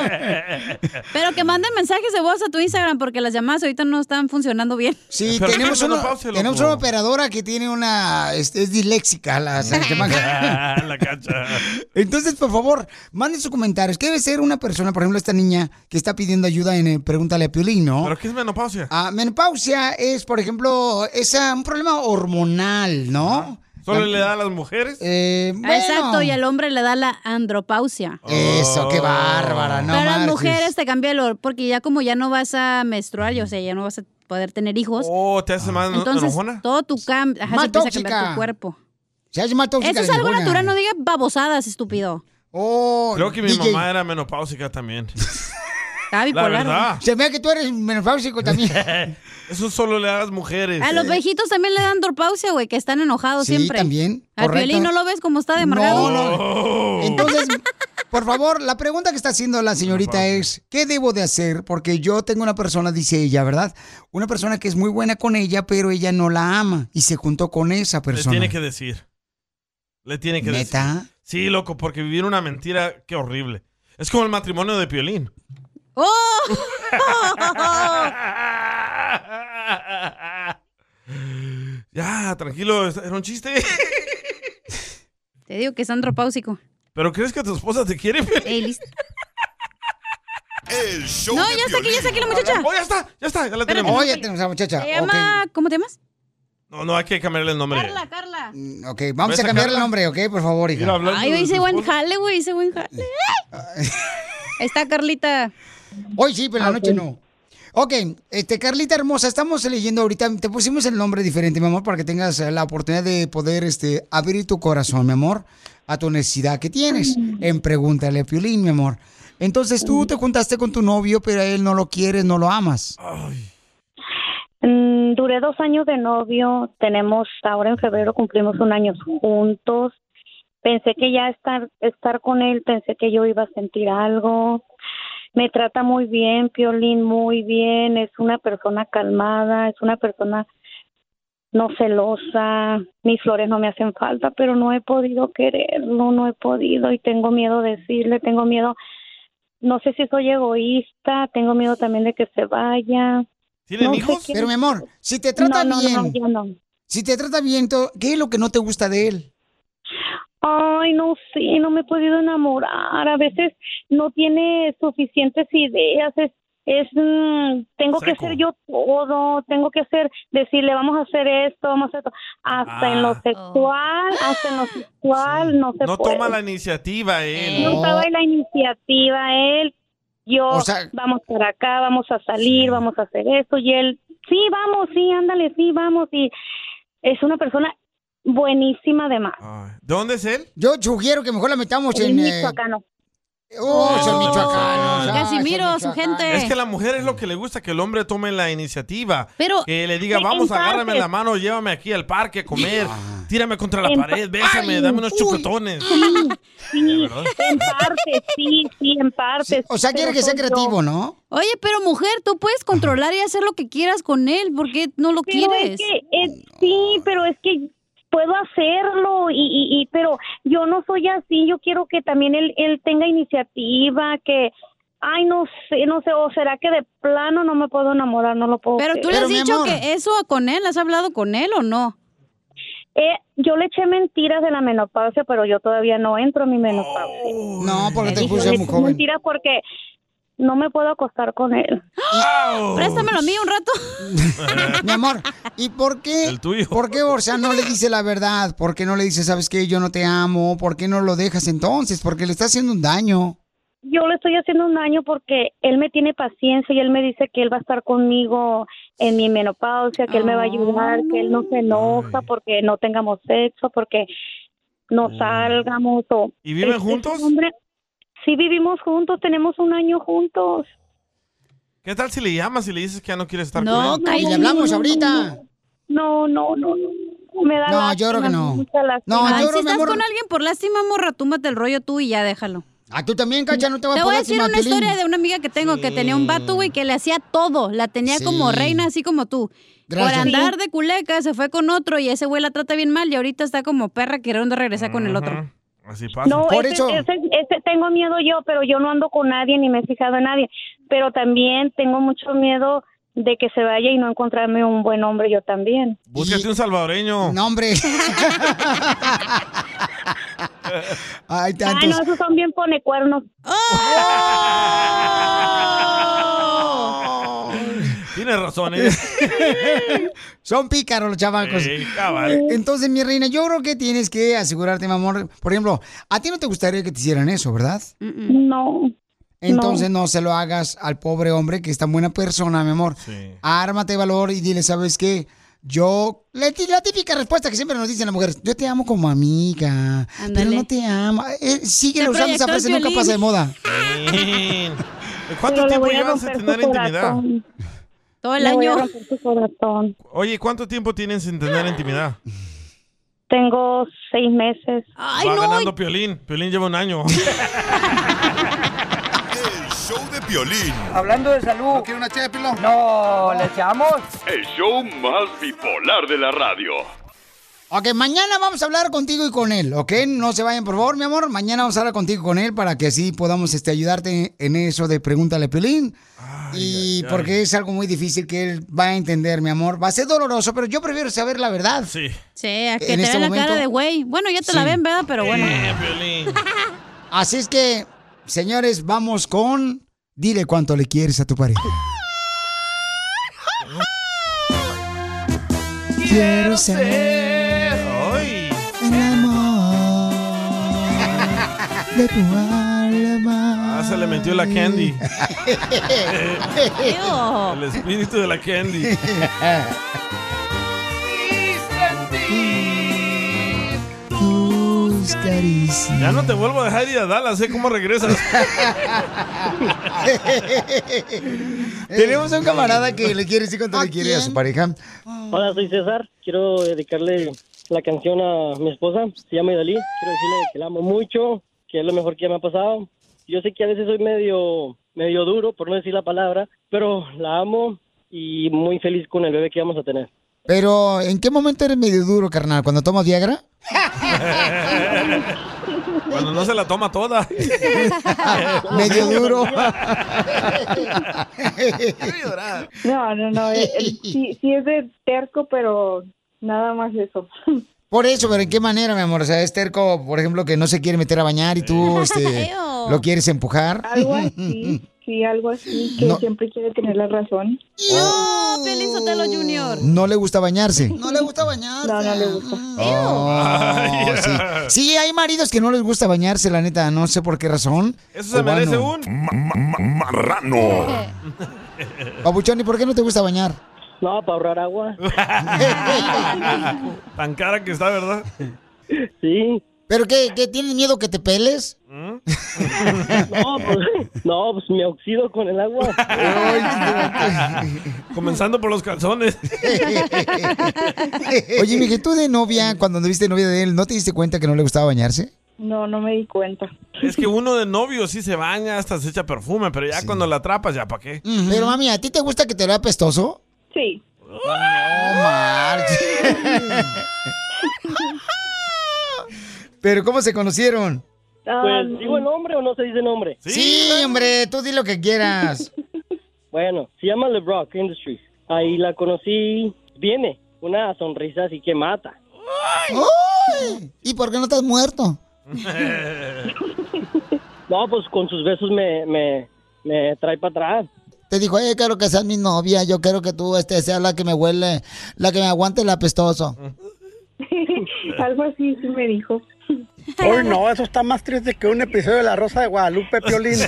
Pero que manden mensajes de voz a tu Instagram porque las llamadas ahorita no están funcionando bien.
Sí, tenemos, una, tenemos una operadora que tiene una. Es, es disléxica. La, se
*laughs*
llama-
Ah, la cacha.
Entonces, por favor, manden sus comentarios. ¿Qué debe ser una persona, por ejemplo, esta niña que está pidiendo ayuda en el Pregúntale a Piolín, ¿no?
¿Pero qué es menopausia?
Ah, menopausia es, por ejemplo, es ah, un problema hormonal, ¿no?
¿Solo
La-
le da a las mujeres?
Eh,
Ah,
bueno.
Exacto, y al hombre le da la andropausia.
Oh. Eh,
Eso, qué bárbara, no
Pero a las
marches.
mujeres te cambia el olor porque ya como ya no vas a menstruar, ya, o sea, ya no vas a poder tener hijos.
¿O Oh, te hace más
Entonces,
enojona?
todo tu cambio,
Más
se empieza a cambiar
tóxica.
tu cuerpo.
Se hace más tóxica
Eso es
la
algo
ninguna.
natural, no digas babosadas, estúpido.
Oh,
Creo que mi
DJ.
mamá era
*laughs*
menopáusica también.
Está
La
bipolar.
verdad.
Se vea Pues que tú eres
*laughs*
menopáusico también.
Eso solo le da a las mujeres.
A los viejitos también le dan andropausia, güey, que están enojados
Sí,
siempre.
también,
Al
correcto.
violín no lo ves como está de amargado.
No,
Oh.
no.
*laughs*
Entonces, por favor, la pregunta que está haciendo la señorita es, ¿qué debo de hacer? Porque yo tengo una persona, dice ella, ¿verdad? Una persona que es muy buena con ella, pero ella no la ama y se juntó con esa
Le
persona.
tiene que decir. Le tiene que
¿Neta?
decir. Sí, loco, porque vivir una mentira, qué horrible. Es como el matrimonio de Piolín. Ya, tranquilo, es- era un chiste.
Te digo que es andropáusico.
¿Pero crees que tu esposa te quiere? Piolín?
Ey, listo.
El show
No,
de
ya está aquí, ya está aquí la
Piolín.
muchacha.
Oh, ya está, ya está, ya la tenemos.
Oye, tenemos a la muchacha.
Se llama, ¿cómo te llamas?
No, no, hay que cambiarle el nombre.
Carla, Carla.
Mm, Ok, ok, vamos
¿Ves
a
a
cambiar el
Carla?
nombre, ¿ok? Por favor,
Mira,
hija.
hablando
Ay, hoy hice buen jale, güey, hice buen jale.
*laughs*
Ahí Está Carlita.
Hoy sí, pero en la noche no. Ok, este, Carlita hermosa, estamos leyendo ahorita, te pusimos el nombre diferente, mi amor, para que tengas eh, la oportunidad de poder este, abrir tu corazón, mi amor, a tu necesidad que tienes.
Mm.
En Pregúntale a Piolín, mi amor. Entonces tú te juntaste con tu novio, pero a él no lo quieres, no lo amas.
Mm, duré dos años de novio, tenemos, ahora en febrero cumplimos un año juntos. Pensé que ya estar, estar con él, pensé que yo iba a sentir algo. Me trata muy bien, Piolín, muy bien. Es una persona calmada, es una persona no celosa. Mis flores no me hacen falta, pero no he podido quererlo, no he podido y tengo miedo de decirle, tengo miedo. No sé si soy egoísta, tengo miedo también de que se vaya. No sé qué-
Pero mi amor, si te trata
No, no,
bien,
no, yo no.
si te trata bien, to- ¿qué es lo que no te gusta de él?
Ay, no sé, no me he podido enamorar. A veces no tiene suficientes ideas, es
es mm, tengo que hacer yo todo, tengo que hacer, decirle vamos a hacer esto, vamos a hacer esto, hasta en lo
Ah.
sexual, hasta en lo sexual, no se
No
pues.
puede.
toma la iniciativa eh. él.
No estaba en la iniciativa él. Yo,
O sea-
vamos para acá, vamos a salir, vamos a hacer esto. Y él, sí, vamos, sí, ándale, sí, vamos. Y es una persona buenísima además.
¿De dónde es él?
Yo sugiero que mejor la metamos en...
Es
eh,
michoacano.
Oh, son
Oh,
michoacanos.
Michoacán.
ah, son
Casimiro, su
michoacanos.
gente.
Es que a la mujer es lo que le gusta que el hombre tome la iniciativa.
Pero-
que le diga,
Sí,
vamos,
en
agárrame
partes.
la mano, llévame aquí al parque a comer, tírame contra la
En
pared,
pa-
bésame,
Ay,
dame unos
uy.
chupetones.
Sí,
verdad?
en parte, sí, sí, en parte.
O sea, quiere que sea creativo, ¿no?
Oye, pero mujer, tú puedes controlar y hacer lo que quieras con él. ¿Por qué no lo
Pero
quieres?
es que, eh, sí, pero es que puedo hacerlo y, y, y- pero yo no soy así. Yo quiero que también él, él tenga iniciativa, que ay no sé, no sé, o será que de plano no me puedo enamorar, no lo puedo.
Pero tú le has dicho que eso con él, ¿has hablado con él o no?
Eh, yo le eché mentiras de la menopausia, pero yo todavía no entro en mi menopausia.
No, porque te
Yo
puse
le
muy
eché
joven.
Mentiras porque no me puedo acostar con él.
Préstamelo a mí un rato.
*laughs*
Mi amor, ¿y por qué? ¿Por qué, o sea, no le dice la verdad? ¿Por qué no le dice, sabes qué, yo no te amo? ¿Por qué no lo dejas entonces? Porque le está haciendo un daño.
yo le estoy haciendo un daño porque él me tiene paciencia y él me dice que él va a estar conmigo en mi menopausia, que él me va a ayudar, que él no se enoja porque no tengamos sexo, porque no salgamos. O,
Mm. ¿Y viven
Es- es un
juntos?
hombre- sí, vivimos juntos, tenemos un año juntos.
¿Qué tal si le llamas y le dices que ya no quieres estar
No,
con él?
cállate. Y le hablamos ahorita. No, no, no, no. Me da
No, yo creo que
lástima,
no.
mucha lástima.
Ay, si estás con alguien por lástima, morra, túmate el rollo tú y ya déjalo.
Ah, tú también, Cacha, no te va
Te
a
voy a
poner
decir una historia de una amiga que tengo que tenía un vato, güey, que le hacía todo. La tenía
Sí.
como reina, así como tú.
Gracias.
Por andar de culeca, se fue con otro y ese güey la trata bien mal y ahorita está como perra queriendo regresar con el otro.
Así pasa.
No, ese- ese- ese Este, tengo miedo yo, pero yo no ando con nadie ni me he fijado en nadie. Pero también tengo mucho miedo de que se vaya y no encontrarme un buen hombre yo también.
Búscate un salvadoreño.
No, hombre. Ay,
Ay, Ah, no, esos son bien ponecuernos.
Tienes razón, ¿eh?
Son pícaros los chamacos.
Ey, cabal.
Entonces, mi reina, yo creo que tienes que asegurarte, mi amor. Por ejemplo, a ti no te gustaría que te hicieran eso, ¿verdad?
No.
Entonces no. se lo hagas al pobre hombre que es tan buena persona, mi amor. Ármate de valor y dile, ¿sabes qué? Yo, la, ti- la típica respuesta que siempre nos dicen las mujeres, yo te amo como amiga, pero
Ándale.
no te amo. Eh, sigue
Se
usando
proyectó
esa
el
frase, nunca
violín.
pasa de moda.
Bien. ¿Cuánto
Pero le
tiempo
voy a
llevan sin
romper su
tener intimidad?
corazón.
Todo el
Le voy a
año.
romper su corazón.
Oye, ¿cuánto tiempo tienen sin tener intimidad?
Tengo seis meses.
Ay,
Va ganando Piolín. Piolín lleva un año.
Show de violín.
Hablando de salud. ¿No quiere una ché de pilón? No, ¿le echamos?
El show más bipolar de la radio.
Ok, mañana vamos a hablar contigo y con él, ¿ok? No se vayan, por favor, mi amor. Mañana vamos a hablar contigo y con él para que así podamos este, ayudarte en eso de Pregúntale Pelín. y porque es algo muy difícil que él va a entender, mi amor. Va a ser doloroso, pero yo prefiero saber la verdad.
Sí.
Sí, a que
En
te
este
vean la
momento-
cara de güey. Bueno, ya te la
Sí.
ven, ¿verdad? Pero
*laughs*
bueno.
Así es que, señores, vamos con... Dile cuánto le quieres a tu pareja. Quiero ser el amor de tu alma.
Ah, se le metió la candy.
Ew.
El espíritu de la candy.
Tus caricias.
Ya no te vuelvo a dejar ir a Dallas, sé cómo
*laughs*
regresas.
*laughs* Tenemos a un camarada que le quiere decir cuánto le quiere a su pareja.
Hola, soy César. Quiero dedicarle la canción a mi esposa. Se llama Idalí. Quiero decirle que la amo mucho, que es lo mejor que me ha pasado. Yo sé que a veces soy medio, medio duro, por no decir la palabra, pero la amo y muy feliz con el bebé que vamos a
*laughs*
tener.
Pero, ¿en qué momento eres medio duro, carnal? ¿Cuando tomas Viagra?
Cuando no se la toma toda.
*laughs* medio duro.
No, no, no. eh, eh, sí, sí es de terco, pero nada más eso.
Por eso, pero ¿en qué manera, mi amor? O sea, es terco, por ejemplo, que no se quiere meter a bañar y tú este, lo quieres empujar.
Algo así.
sí, algo así, que
No.
siempre quiere tener la razón.
No, Pelín Sotelo Junior.
*laughs* No le gusta bañarse.
No
le gusta bañarse.
No, no le gusta.
Oh, sí. Sí, hay maridos que no les gusta bañarse, la neta, no sé por qué razón.
Eso se merece un
marrano. Papuchón, ¿y por qué no te gusta bañar?
No, para ahorrar agua.
Tan cara que está, ¿verdad?
Sí.
¿Pero qué, qué tienes miedo que te peles?
¿Mm?
No, pues, no, pues me oxido con el agua.
Comenzando por los calzones.
*laughs* *laughs* Oye, Miguel, tú de novia, cuando anduviste de novia de él, ¿no te diste cuenta que no le gustaba bañarse?
No, no me di cuenta.
Es que uno de novio sí se baña, hasta se echa perfume, pero ya cuando la atrapas, ¿ya para qué?
Pero mami, ¿a ti te gusta que te vea apestoso?
Sí.
No, marches. *laughs* Pero ¿cómo se conocieron?
Pues, ¿digo el nombre o no se dice nombre?
Sí, hombre, tú di lo que quieras.
*laughs* Bueno, se llama LeBrock Industries. Ahí la conocí. Viene una sonrisa así que
*laughs*
mata.
¡Ay! ¿Y por qué no estás muerto?
No, pues con sus besos me, me, me trae para atrás.
Te dijo, eh, quiero que seas mi novia, yo quiero que tú este, seas la que me huele, la que me aguante el apestoso.
*laughs*
Mm.
algo así sí me dijo.
Hoy no, eso está más triste que un episodio de La Rosa de Guadalupe, Piolín.
*laughs*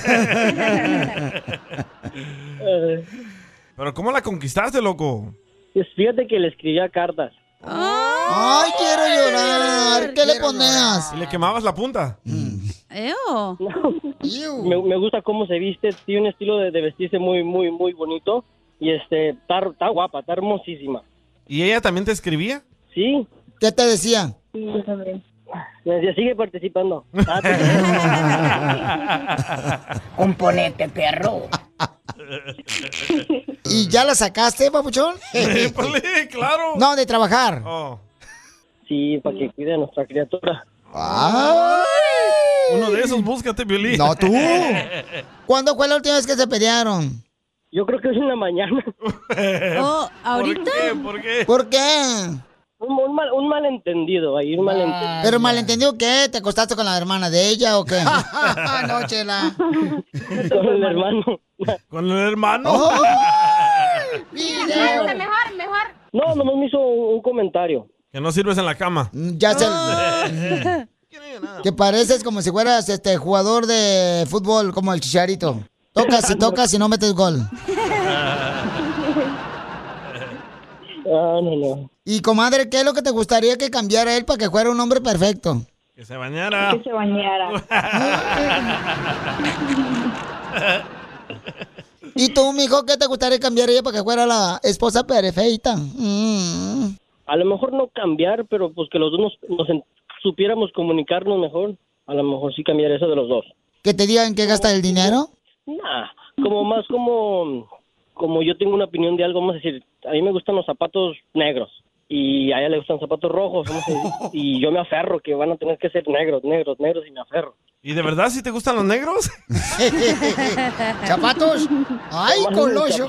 Pero ¿cómo la conquistaste, loco?
Pues, Fíjate que le escribía cartas.
Ah.
¡Ay, quiero llorar! ¿Qué le ponías?
Y le quemabas la punta.
Eo.
Me, me gusta cómo se viste, tiene un estilo de, de vestirse muy, muy, muy bonito. Y este, está, está guapa, está hermosísima.
¿Y ella también te escribía?
Sí.
¿Qué te
*laughs*
decía?
Sí, yo también. Me decía, sigue
*laughs*
participando. pues, Ah, te-
Componente, perro. *laughs* ¿Y ya la sacaste, papuchón?
claro.
No, de trabajar.
Oh.
Sí, para que cuide a nuestra criatura.
Uno de esos, búscate, Violín.
No,
*laughs*
*laughs*
tú. ¿Cuándo fue la última vez que se pelearon?
Yo creo que es en la mañana.
Oh, ¿ahorita?
¿Por qué?
¿Por qué?
Un, un mal- un malentendido ahí, un malentendido. *laughs*
¿Pero malentendido qué? ¿Te acostaste con la hermana de ella o qué? Ah, no, chela.
Con el hermano.
¿Con el
Ah,
hermano?
Oh.
Mejor, mejor, mejor.
No, nomás me hizo un, un
*laughs*
comentario.
Que no sirves en la cama.
Mm,
Ah.
Ya se... Que pareces como si fueras este jugador de fútbol, como el chicharito. Tocas
*laughs*
y tocas y no metes gol.
No, Ah, no, no.
Y comadre, ¿qué es lo que te gustaría que cambiara él para que fuera un hombre perfecto?
Que se bañara.
se bañara.
¿Y tú, mijo, qué te gustaría cambiar ella para que fuera la esposa perfecta? Mm.
A lo mejor no cambiar, pero pues que los dos nos, nos en- supiéramos comunicarnos mejor. A lo mejor sí cambiar eso de los dos.
Que te digan que gasta el dinero.
Nah, como más como, como yo tengo una opinión de algo, vamos a decir, a mí me gustan los zapatos negros y a ella le gustan zapatos rojos, vamos a decir, y yo me aferro que van a tener que ser negros, negros, negros y me aferro.
¿Y *laughs* de verdad si te gustan
*laughs*
los negros?
*laughs* ¿Zapatos? ¡Ay,
Nomás
colocho!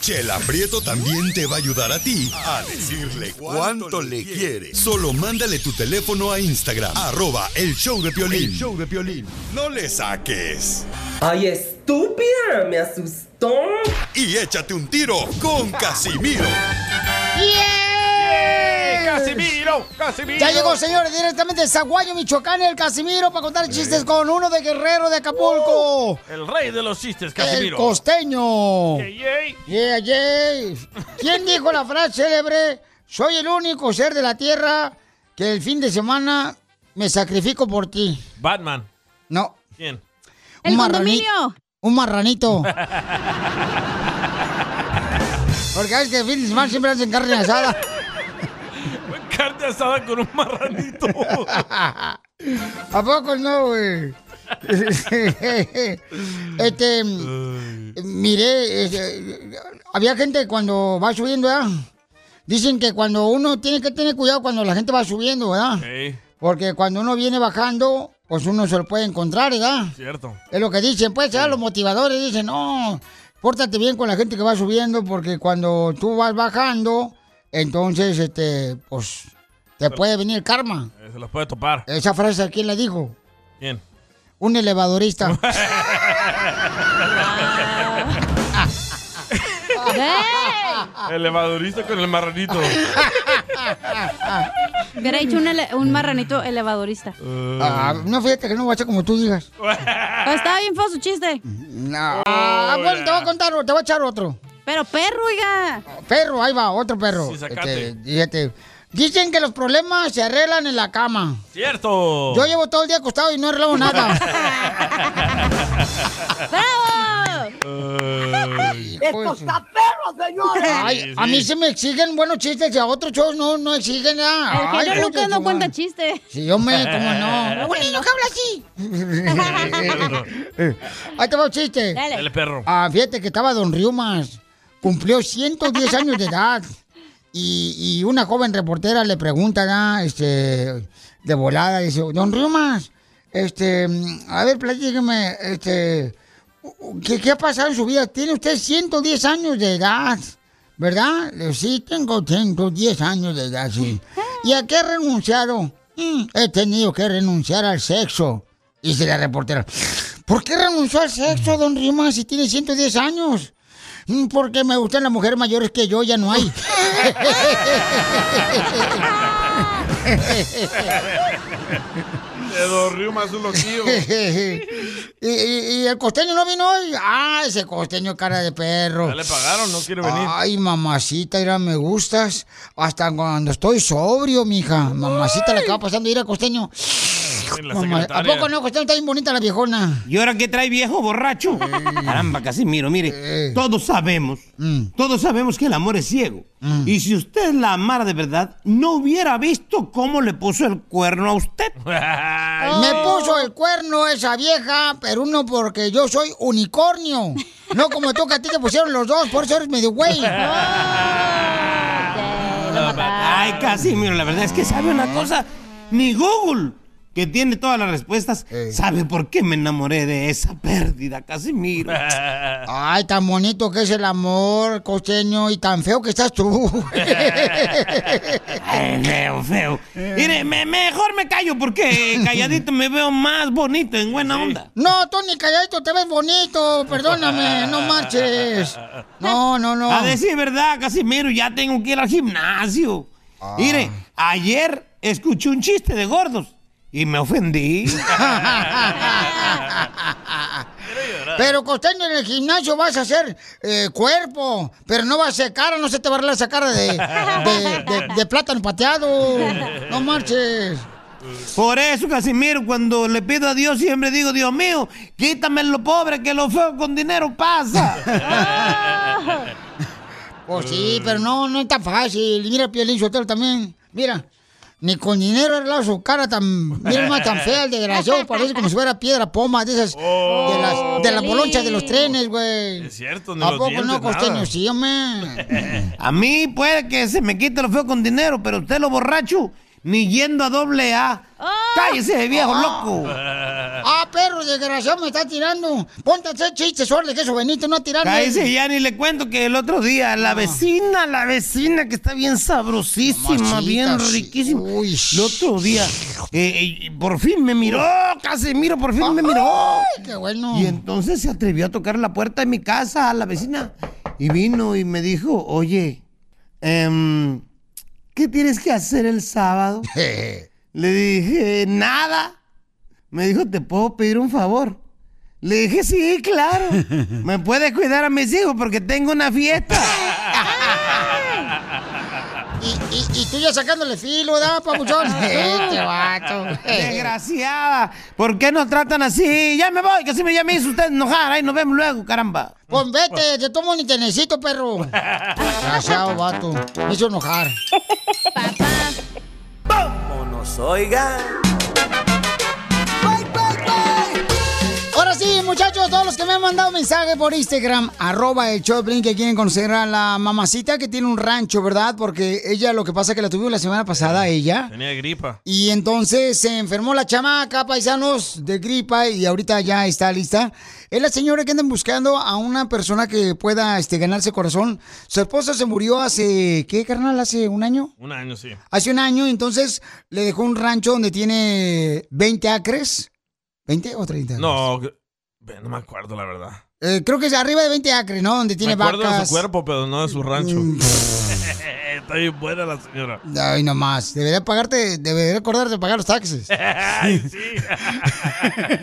Chela Prieto también te va a ayudar a ti a decirle cuánto le quiere. Solo mándale tu teléfono a Instagram, arroba el show de Piolín.
El
show de Piolín. No le saques.
¡Ay, estúpida! ¡Me asustó!
Y échate un tiro con Casimiro.
¡Yeah!
¡Casimiro! ¡Casimiro!
Ya llegó, señores, directamente de Zaguayo, Michoacán, el Casimiro, para contar chistes con uno de Guerrero de Acapulco.
El rey de los chistes,
El
Uh, Casimiro.
costeño.
Yay,
Yeah, yay. ¿Quién dijo la frase célebre? Soy el único ser de la tierra que el fin de semana me sacrifico por ti.
Batman.
No.
¿Quién? *laughs*
Un marrani- Un marranito. Porque sabes que el fin de semana siempre hacen carne asada.
*laughs* Carne asada con un marranito.
¿A poco no, güey? este, miré, este, había gente cuando va subiendo, ¿verdad? Dicen que cuando uno tiene que tener cuidado cuando la gente va subiendo, ¿verdad? Porque cuando uno viene bajando, pues uno se lo puede encontrar, ¿verdad? *laughs*
Cierto.
Es lo que dicen, pues, ¿sabes? los motivadores dicen, no, pórtate bien con la gente que va subiendo, porque cuando tú vas bajando, entonces, este, pues, Te puede venir karma.
Eh, Se los puede topar.
Esa frase, ¿quién la dijo?
¿Quién?
Un
*laughs*
elevadorista.
*laughs*
Ah.
El elevadorista con
*laughs*
el marranito.
Hubiera hecho un, ele- un marranito elevadorista.
Ah, no, fíjate que no va a ser como tú digas.
Pero estaba Ah, bien feo su chiste.
No. Ah, bueno, te voy a contar, te voy a echar otro.
Pero perro, oiga.
Perro, ahí va, otro perro.
Sí, sacate.
Este, fíjate. Dicen que los problemas se arreglan en la cama.
Oh.
¡Cierto!
Yo llevo todo el día acostado y no arreglo nada.
¡Esto está perro, señores!
Ay, a mí se me exigen buenos chistes y a otros shows no, no exigen nada.
El
Ay,
genio Lucas
coño,
no
tu
cuenta
madre.
chiste.
Sí, hombre, cómo
*laughs*
no. Un niño que habla así. Ahí te va un chiste.
Dale. Dale, perro.
Ah, fíjate que estaba Don Riumas. Cumplió 110 años de edad. Y, y una joven reportera le pregunta, ¿no? este, de volada, dice, Don Riumas, este, a ver, platíqueme, este, ¿qué, ¿qué ha pasado en su vida? Tiene usted 110 años de edad, ¿verdad? Le digo, Sí, tengo 110 años de edad, sí. ¿Y a qué he renunciado? "Mm, he tenido que renunciar al sexo. Dice la reportera, ¿por qué renunció al sexo, don Rimas, si tiene 110 años? "Mm, Porque me gustan las mujeres mayores que yo, ya no hay.
Le dorrió más
*laughs*
un loquillo.
y, y- y el costeño no vino hoy. Ah, ese costeño cara de perro.
Ya le pagaron, no quiere venir.
Ay, mamacita, mira, me gustas. Hasta cuando estoy sobrio, mija. Mamacita, la que va pasando ir al costeño.
*laughs* la
Mama- ¿A
secretaria.
poco no, costeño? Está bien bonita la viejona.
¿Y ahora qué trae viejo borracho? Caramba, Casimiro, mire, todos sabemos,
Mm.
todos sabemos que el amor es ciego. Y si usted la amara de verdad, no hubiera visto cómo le puso el cuerno a usted.
Me puso el cuerno esa vieja, pero uno porque yo soy unicornio. No como tú, que a ti te pusieron los dos, por eso eres medio güey.
Ay, Casimiro, la verdad es que sabe una cosa, ni Google, que tiene todas las respuestas, sabe por qué me enamoré de esa pérdida, *laughs* Casimiro.
Ay, tan bonito que es el amor, costeño, y tan feo que estás tú.
Ay, feo, feo. Mire, me- mejor me callo porque calladito me veo más bonito, en buena onda.
No, Tony Calladito, te ves bonito, perdóname, no marches. No, no, no.
A decir verdad, Casimiro, ya tengo que ir al gimnasio.
Ah.
Mire, ayer escuché un chiste de gordos y me ofendí.
Pero costeño, en el gimnasio vas a hacer eh, cuerpo, pero no vas a hacer cara, no se te va a arreglar esa cara de, de- de- de plátano pateado. *laughs* No marches.
Por eso, Casimiro, cuando le pido a Dios, siempre digo, Dios mío, quítame lo pobre que lo feo con dinero pasa.
Pues
Mm.
sí, pero no, no es tan fácil. Mira, Piolín Sotelo también. Mira, ni con dinero arreglado su cara tan... Mira, más tan fea, el desgraciado. Parece como si fuera piedra poma de esas... de las, de las bolonchas de los trenes, güey.
Oh. Es cierto,
¿A poco no, costeño? Sí, hombre.
A mí puede que se me quite lo feo con dinero, pero usted lo borracho, ni yendo a doble A. ¡Cállese, viejo loco!
Ah, perro, desgraciado, me está tirando. Ponte a hacer chistes, suerte, que eso Benito no tirando.
Cállese, ya ni le cuento que el otro día la vecina, la vecina que está bien sabrosísima,
Mamacita,
bien
sí.
riquísima. El otro día, eh, eh, por fin me miró, Casimiro, por fin me
Ah.
miró.
Ay, qué bueno.
Y entonces se atrevió a tocar la puerta de mi casa a la vecina. Y vino y me dijo, oye, em, ¿qué tienes que hacer el sábado? Le dije, nada. Me dijo, ¿te puedo pedir un favor? Le dije, sí, claro. ¿Me puedes cuidar a mis hijos porque tengo una fiesta?
Y, y tú ya sacándole filo, ¿verdad, *laughs* papuchón? este vato.
Desgraciada. ¿Por qué nos tratan así? Ya me voy, que si me llaméis usted enojar. Ahí nos vemos luego, caramba.
Pues vete, yo tomo ni te necesito, perro. Desgraciado, vato. Me hizo enojar.
¡Vámonos, oiga!
Ahora sí, muchachos, todos los que me han mandado mensaje por Instagram, arroba el show de Piolín, que quieren conocer a la mamacita que tiene un rancho, ¿verdad? Porque ella, lo que pasa es que la tuvimos la semana pasada, ella.
Tenía gripa.
Y entonces se enfermó la chamaca, paisanos, de gripa y ahorita ya está lista. Es la señora que andan buscando a una persona que pueda este, ganarse corazón. Su esposa se murió hace, ¿qué carnal? ¿Hace un año?
Un año, sí.
Hace un año, entonces le dejó un rancho donde tiene 20 acres. ¿20 o 30?
No, que- ve, no me acuerdo, la verdad.
Eh, creo que es arriba de 20 acres, ¿no? Donde tiene
me acuerdo de
vacas. Mm.
su cuerpo, pero no de su rancho. *laughs* Está bien buena la señora.
Ay, nomás. Debería pagarte, debería acordarte de pagar los taxes.
*laughs* Ay, sí.
*laughs*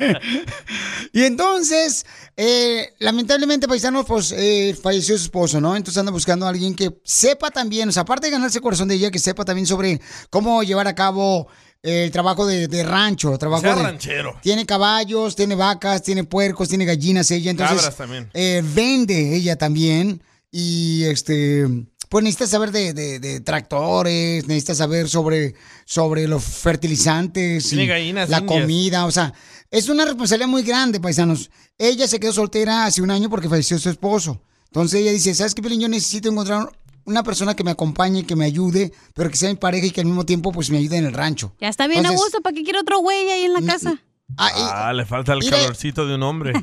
y entonces, eh, lamentablemente, paisanos, pues eh, falleció su esposo, ¿no? Entonces anda buscando a alguien que sepa también, o sea, aparte de ganarse el corazón de ella, que sepa también sobre cómo llevar a cabo eh, el trabajo de, de rancho, *laughs* trabajo
Sea
de-
ranchero.
Tiene caballos, tiene vacas, tiene puercos, tiene gallinas ella. Entonces,
Cabras también.
eh, vende ella también. Y este. Pues necesita saber de, de- de tractores, necesita saber sobre, sobre los fertilizantes,
Tiene
y
gallinas
la
indias.
comida, o sea, es una responsabilidad muy grande, paisanos. Ella se quedó soltera hace un año porque falleció su esposo. Entonces ella dice, ¿sabes qué, Piolín? Yo necesito encontrar una persona que me acompañe, que me ayude, pero que sea mi pareja y que al mismo tiempo pues me ayude en el rancho.
Ya está bien
Entonces-
a gusto, ¿para qué quiere otro güey ahí en la casa?
Ah, le falta el
Mire.
calorcito de
*laughs*
un hombre.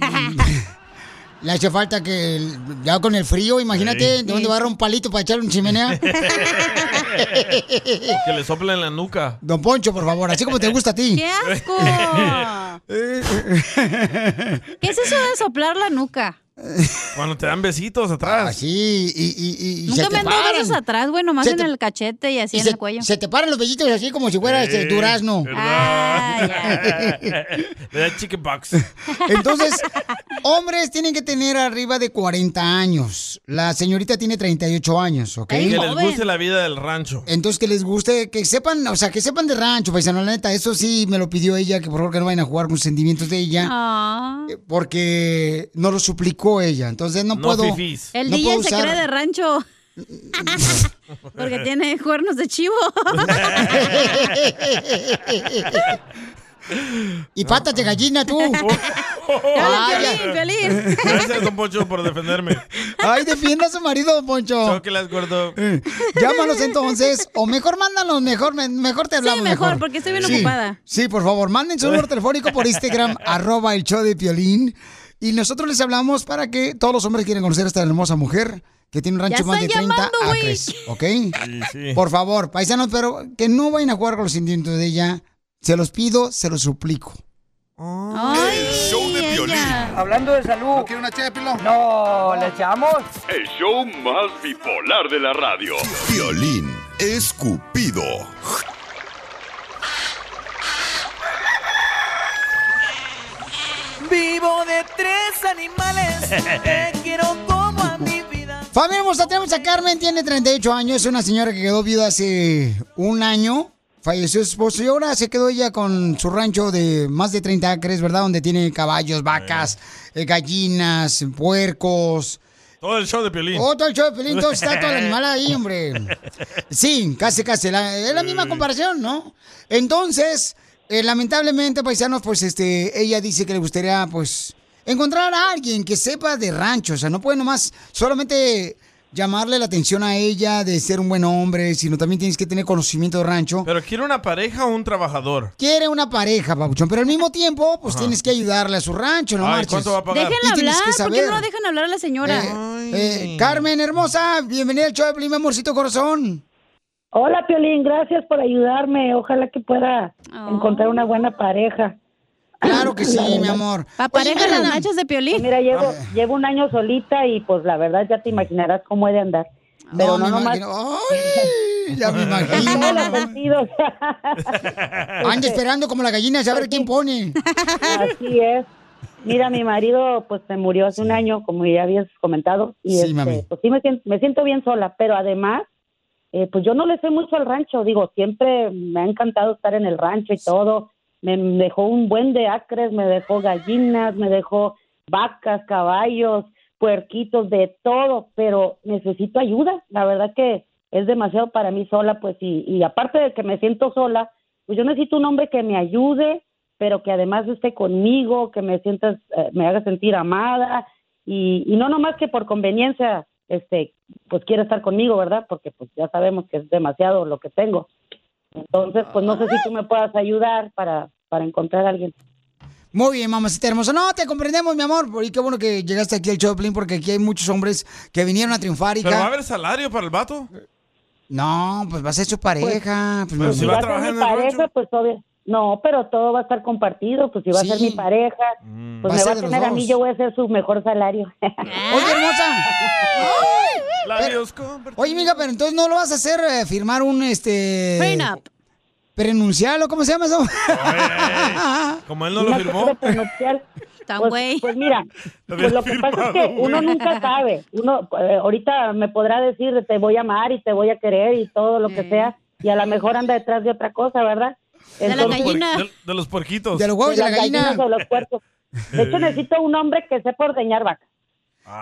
Le hace falta que el- ya con el frío, imagínate,
Sí.
¿de dónde va a agarrar un palito para echar una
*laughs*
chimenea?
que le sopla en
*laughs*
la nuca.
Don Poncho, por favor, así como te gusta a
*laughs*
ti.
¡Qué asco! ¿Qué es eso de soplar la nuca?
Cuando te dan besitos atrás.
Así, y,
Nunca me han dado besos atrás, güey, nomás
Se
en
te-
el cachete y así
Y
en
se,
el cuello.
se te paran los vellitos así como si fuera este, durazno.
*laughs*
Le da chicken box.
*laughs* Entonces, hombres tienen que tener arriba de 40 años. La señorita tiene 38 años, ¿ok?
Que les guste la vida del rancho.
Entonces que les guste, que sepan, o sea, que sepan de rancho, paisano, la neta, eso sí me lo pidió ella, que por favor que no vayan a jugar con sentimientos de ella.
Ah.
eh, Porque no lo suplicó ella, entonces no,
No
puedo.
fifís. El
no
DJ
puedo
se
usar-
cree de rancho. *laughs* Porque tiene cuernos de
*laughs*
chivo.
Y patas de gallina
*laughs*
tú.
Dale,
Vaya.
Piolín, Piolín.
Gracias, don Poncho, por defenderme.
Ay, defienda a su marido, don Poncho.
que las gordo.
Eh. Llámanos entonces, o mejor mándanos, mejor, me- mejor te hablamos.
mejor, porque estoy bien
Sí,
ocupada.
Sí, por favor, manden su
*laughs*
número telefónico por Instagram, arroba el show de Piolín. Y nosotros les hablamos para que todos los hombres quieren conocer a esta hermosa mujer que tiene un rancho
Ya
más de
están
30
llamando, güey.
acres, ¿ok?
sí.
Por favor, paisanos, pero que no vayan a jugar con los sentimientos de ella. Se los pido, se los suplico.
El show de violín. Hablando de salud. ¿No quiere una ché de pilón? No, ¿le echamos?
El show más bipolar de la radio.
Violín escupido.
Vivo de tres animales. Te quiero como a mi vida.
Familia hermosa, tenemos a Carmen, tiene 38 años, es una señora que quedó viuda hace un año, falleció su esposo y ahora se quedó ella con su rancho de más de 30 acres, ¿verdad? Donde tiene caballos, vacas, eh, gallinas, puercos.
Todo el show de Piolín.
Otro el show de Piolín, todo está todo el animal ahí, hombre. Sí, casi, casi. la- es la
Mm.
misma comparación, ¿no? Entonces, eh, lamentablemente, paisanos, pues este, ella dice que le gustaría, pues, encontrar a alguien que sepa de rancho. O sea, no puede nomás solamente llamarle la atención a ella de ser un buen hombre, sino también tienes que tener conocimiento de rancho.
Pero quiero una pareja o un trabajador.
Quiere una pareja, papuchón, pero al mismo tiempo, pues
Ajá.
tienes que ayudarle a su rancho, ¿no?
Ay,
marches.
¿cuánto va a pagar?
Déjenla
Y
hablar,
tienes que
¿por qué no
saber.
la dejan hablar a la señora?
Eh, eh, Carmen, hermosa, bienvenida al show de Piolín, mi amorcito corazón.
Hola, Piolín, gracias por ayudarme. Ojalá que pueda
Oh.
encontrar una buena pareja.
Claro que sí,
mi
amor. Ah.
Pa' pareja las nachas de Piolín.
Pues Mira, llevo, llevo un año solita y pues la verdad ya te imaginarás cómo he de andar. Pero no,
Oh, me
nomás...
imagino. ¡Ay! Ya me imagino.
En todos los sentidos.
*laughs* Anda esperando como la gallina a ver quién pone.
Así es. Mira, mi marido pues se murió hace un año, como ya habías comentado, y
Sí,
este,
mami.
pues sí me siento, me siento bien sola, pero además, eh, pues yo no le sé mucho al rancho, digo, siempre me ha encantado estar en el rancho y todo, me dejó un buen de acres, me dejó gallinas, me dejó vacas, caballos, puerquitos, de todo, pero necesito ayuda, la verdad que es demasiado para mí sola, pues, y, y aparte de que me siento sola, pues yo necesito un hombre que me ayude, pero que además esté conmigo, que me sientas, eh, me haga sentir amada y, y no nomás que por conveniencia, este, pues quiera estar conmigo, ¿verdad? Porque pues ya sabemos que es demasiado lo que tengo. Entonces, pues no sé si tú me puedas ayudar para, para encontrar a alguien.
Muy bien, mamacita hermosa. No, te comprendemos, mi amor. Y qué bueno que llegaste aquí al Choplin, porque aquí hay muchos hombres que vinieron a triunfar y
¿Pero va a
ca-
haber salario para el vato?
No, pues va a ser su pareja. Pues,
Pero si va a
ser
trabajar
mi
en el rancho.
pareja, pues obvio- No, pero todo va a estar compartido. Pues si va a ser mi pareja,
Va a
pues me
ser
va a
de los
tener a mí,
dos.
yo voy a ser su mejor salario.
Oye, hermosa.
Labios
Oye, amiga, pero entonces no lo vas a hacer eh, firmar un este.
Prenup.
Prenunciarlo, ¿cómo se llama eso?
Como él no lo
No
firmó.
quiero pronunciar. Pues, pues mira,
Lo
pues lo que
habías
pasa
firmado,
es que
güey.
uno nunca sabe. Uno eh, ahorita me podrá decir te voy a amar y te voy a querer y todo lo que sea y a lo mejor anda detrás de otra cosa, ¿verdad? Entonces-
De, de los puerquitos.
de las gallinas o los puercos. De hecho necesito un hombre que sepa ordeñar vacas.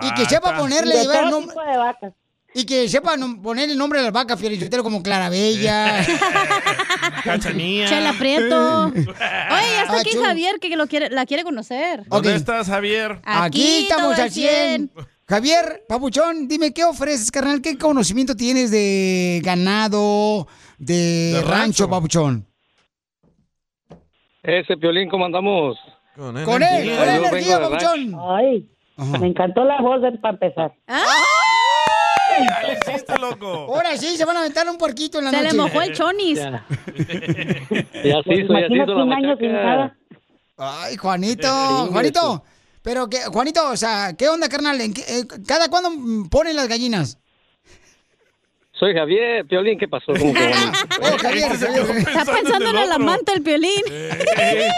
Y que
Ah,
sepa ponerle
De
llevar
todo
nombre.
tipo de vacas.
Y que sepa nom- ponerle el nombre a las vacas, Fiorellotero, como
*laughs* Eh.
Clarabella.
Cachanía.
Chela Prieto. Oye,
Eh.
ya está
Ah,
aquí
chu.
Javier que lo quiere, la quiere conocer.
¿Dónde estás, Javier?
Aquí estamos
todo
al 100. Javier, papuchón, dime, ¿qué ofreces, carnal? ¿Qué conocimiento tienes de ganado, de,
De
rancho,
rancho.
papuchón?
Ese piolín, ¿cómo andamos? Con él,
Con él, con él, energía, papuchón.
Ay, me encantó la voz de, para empezar.
Ahora sí, se van a aventar un puerquito en la
Se
noche.
le mojó el chonis.
Ya se hizo, ya se hizo la machaca.
Ay, Juanito,
Chingue
Juanito. Pero, que, Juanito, o sea, ¿qué onda, carnal? ¿En qué- eh, ¿Cada cuándo mm, ponen las gallinas?
Soy Javier, piolín, ¿qué pasó? ¿Cómo que
*laughs*
bueno?
Oh, Javier, Javier.
Está pensando en el amante, el piolín.
Pues,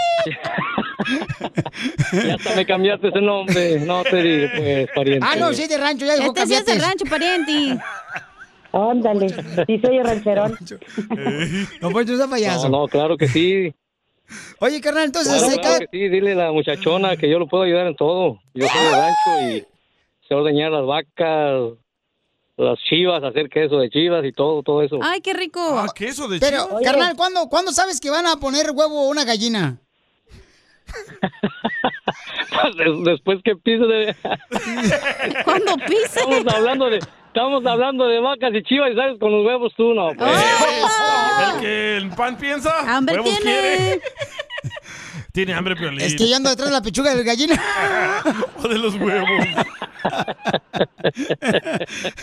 *laughs* ya hasta me cambiaste ese nombre. No te digo, pues, pariente.
Ah, no, sí, de rancho, ya dijo
Este sí es de
cambiates.
rancho, pariente.
*laughs* Ándale, sí soy rancherón.
No, pues tú estás
No,
payaso.
no, claro que sí.
Oye, carnal, entonces,
Claro,
se
claro
ca-
que sí, dile a la muchachona que yo lo puedo ayudar en todo. Yo soy de rancho y sé ordeñar las vacas, las chivas, hacer queso de chivas y todo, todo eso.
Ay, qué rico.
Ah, queso de
Pero,
chivo.
carnal, ¿cuándo, ¿cuándo sabes que van a poner huevo una gallina?
Des- Después que pise
*laughs*
de...
Cuando pise.
Estamos hablando de... Estamos hablando de vacas y chivas y sabes con los huevos tú, no. pues.
Ah.
El que el pan piensa,
Hambre
huevos
tiene.
quiere. Tiene hambre, Piolín.
Es que yo ando detrás de la pechuga de la gallina.
*laughs* O de los huevos.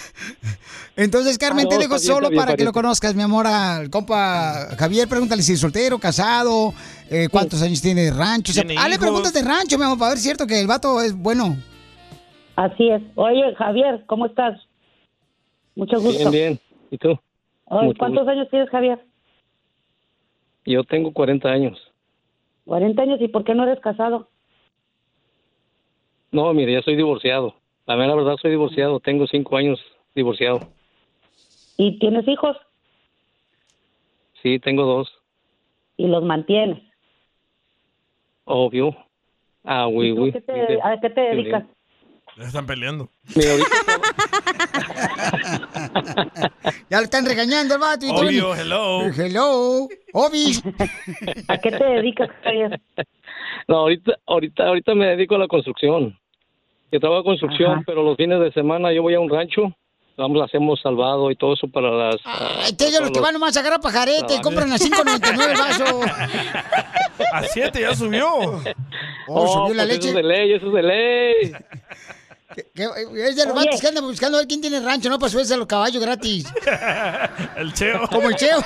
*laughs* Entonces, Carmen,
Ah,
te
no,
dejo
está bien,
solo
está bien,
para que lo
pariente.
conozcas, mi amor, al compa Javier. Pregúntale si es soltero, casado, eh, cuántos años tiene de rancho. O sea,
Tiene
hazle
hijos.
preguntas de rancho, mi amor, para ver si es cierto que el vato es bueno.
Así es. Oye, Javier, ¿cómo estás? Mucho gusto.
Bien, bien. ¿Y tú?
Ay,
Mucho
¿Cuántos
gusto.
años tienes, Javier?
Yo tengo 40 años.
40 años. ¿Y por qué no eres casado?
No, mire, ya soy divorciado. La mera verdad, soy divorciado. Tengo cinco años divorciado.
¿Y tienes hijos?
Sí, tengo dos.
¿Y los mantienes?
Obvio. Ah, oui, oui.
¿Qué te- ¿A qué te dedicas?
Ya están peleando.
Mira, ahorita
Ya lo están regañando el vato. y tú-
Obvio, hello.
Hello, Obi.
¿A qué te dedicas, Javier?
No, ahorita, ahorita, ahorita me dedico a la construcción. Yo trabajo en construcción, pero los fines de semana yo voy a un rancho. Vamos, hacemos salvado y todo eso para las... ah,
Ustedes son los que
para
van nomás a agarrar pajarete y
Ah,
compran a
bien.
5.99 el vaso.
A siete ya subió.
*laughs* Oh, subió la
pues
leche.
Eso es de ley, eso es de ley.
Que- eh, Es de los
Oye.
vatos que andan buscando a ver quién tiene rancho, no para subirse a los
*laughs*
caballos gratis.
El
*laughs*
cheo.
Como el cheo.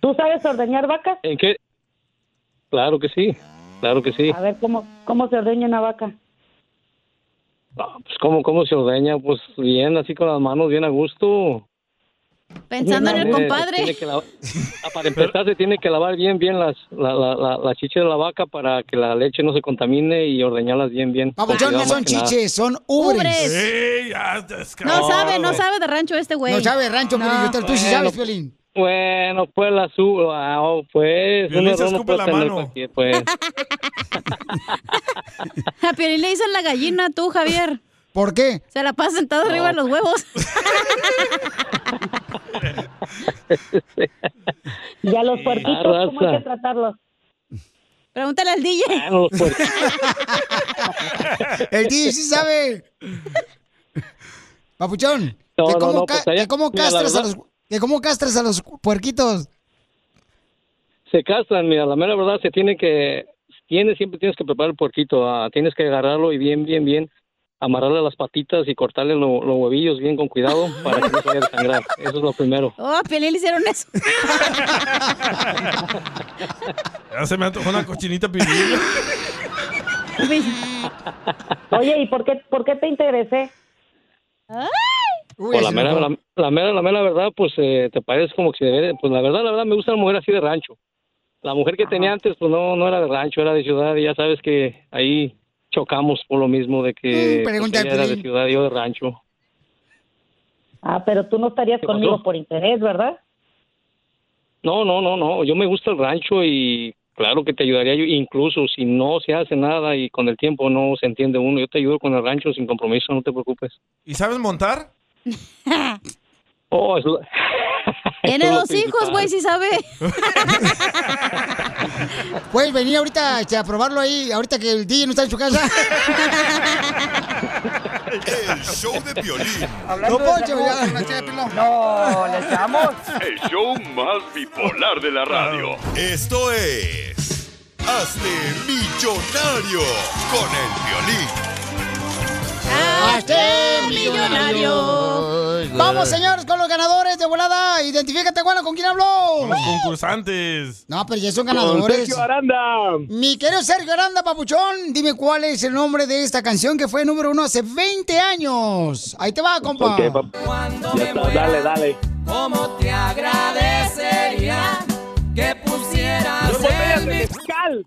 ¿Tú sabes ordeñar vacas?
¿En qué? Claro que sí, claro que sí.
A ver, ¿cómo, cómo se ordeña una vaca?
Ah, pues ¿cómo, cómo se ordeña, pues bien, así con las manos, bien a gusto.
Pensando en el
Tiene-
compadre.
tiene que lavar- Ah, para empezar, se tiene que lavar bien, bien las, la, la, la, la chicha de la vaca para que la leche no se contamine y ordeñarlas bien, bien. con
Papuchón, no
cuidado,
son
más que nada.
chiches, son
Ubres.
ubres.
Sí, ya descarado.
*laughs* No sabe, no sabe de rancho este güey.
No sabe de rancho, Piolín. Tú sí
*laughs*
sabes, Piolín.
Bueno, pues la subo, ah, oh, pues.
Violín
un
se
error no
escupe
puede
la
tener
mano.
cualquier, pues.
A Piolín le dicen la gallina, tú, Javier.
¿Por qué?
Se la pasa sentado arriba de los huevos.
Y a los puerquitos,
Ah,
¿cómo hay
raza.
que Ah, tratarlos?
Pregúntale al DJ.
*laughs* El DJ sí sabe. Papuchón,
No,
¿que
no,
cómo,
no,
ca-
pues, allá-
que cómo
mira, la
castras a
verdad-
los que cómo castras a los puerquitos?
se casan, mira, la mera verdad se tiene que, tiene, siempre tienes que preparar el puerquito, ah, tienes que agarrarlo y bien, bien, bien, amarrarle las patitas y cortarle lo- los huevillos bien con cuidado para que no se vaya a desangrar. Eso es lo primero.
Oh, a Piolín le hicieron
*laughs*
eso.
Ya se me antojó una
*laughs*
cochinita pibil.
*laughs* Oye, ¿y por qué, por qué te interesé?
Pues la, mera, la, la mera, la mera verdad, pues eh, te parece como que se debería, pues la verdad, la verdad, me gusta la mujer así de rancho. La mujer que tenía antes, pues no, no era de rancho, era de ciudad y ya sabes que ahí chocamos por lo mismo de que
Mm,
pues,
pregunta al
ella era de
Piolín.
ciudad y yo de rancho.
Ah, pero tú no estarías conmigo por interés, ¿verdad?
No, no, no, no. Yo me gusta el rancho y claro que te ayudaría yo. Incluso si no se hace nada y con el tiempo no se entiende uno, yo te ayudo con el rancho sin compromiso, no te preocupes.
¿Y sabes montar?
Oh, es lo-
Tiene
Eso es
dos
lo
hijos, güey,
principal.
sí sabe.
*laughs* Puedes venir ahorita este, a probarlo ahí, ahorita que el DJ no está en su
*laughs*
casa.
El show de Piolín.
Hablando de salud, ¿una No, ¿le *laughs* echamos?
El show más bipolar de la radio.
Esto es... Hazte millonario con el Piolín.
¡Hazte
millonario!
Vamos, señores, con los ganadores de volada. Identifícate, bueno, ¿con quién habló?
Los concursantes.
No, pero ya son ganadores.
Sergio Aranda.
Mi querido Sergio Aranda Papuchón, dime cuál es el nombre de esta canción que fue número uno hace 20 años. Ahí te va, compa.
Ok, pap- Ya está, dale, dale. ¿Cómo te agradecería que pusieras el mezcal?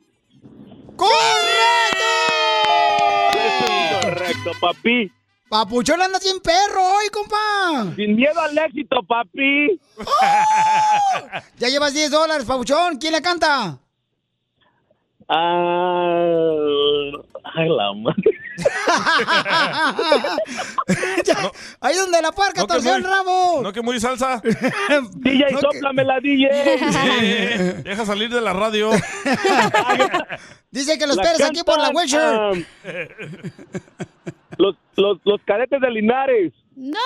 ¡Correcto!
Correcto, papi.
Papuchón anda sin perro hoy, compa.
Sin miedo al éxito, papi.
¡Uh!
Ya llevas 10 dólares, Papuchón. ¿Quién la canta?
Ah, ay, la madre.
Ah, Ya, Ahí donde la parca
No que
torció el
muy-
rabo.
No que
*laughs*
muy salsa.
DJ,
No que-
sóplamela, DJ.
Sí, deja salir de la radio.
Dice que
lo
La
esperes aquí por la
cantan,
Wilshire.
ah, los, los, los cadetes de Linares.
¡No!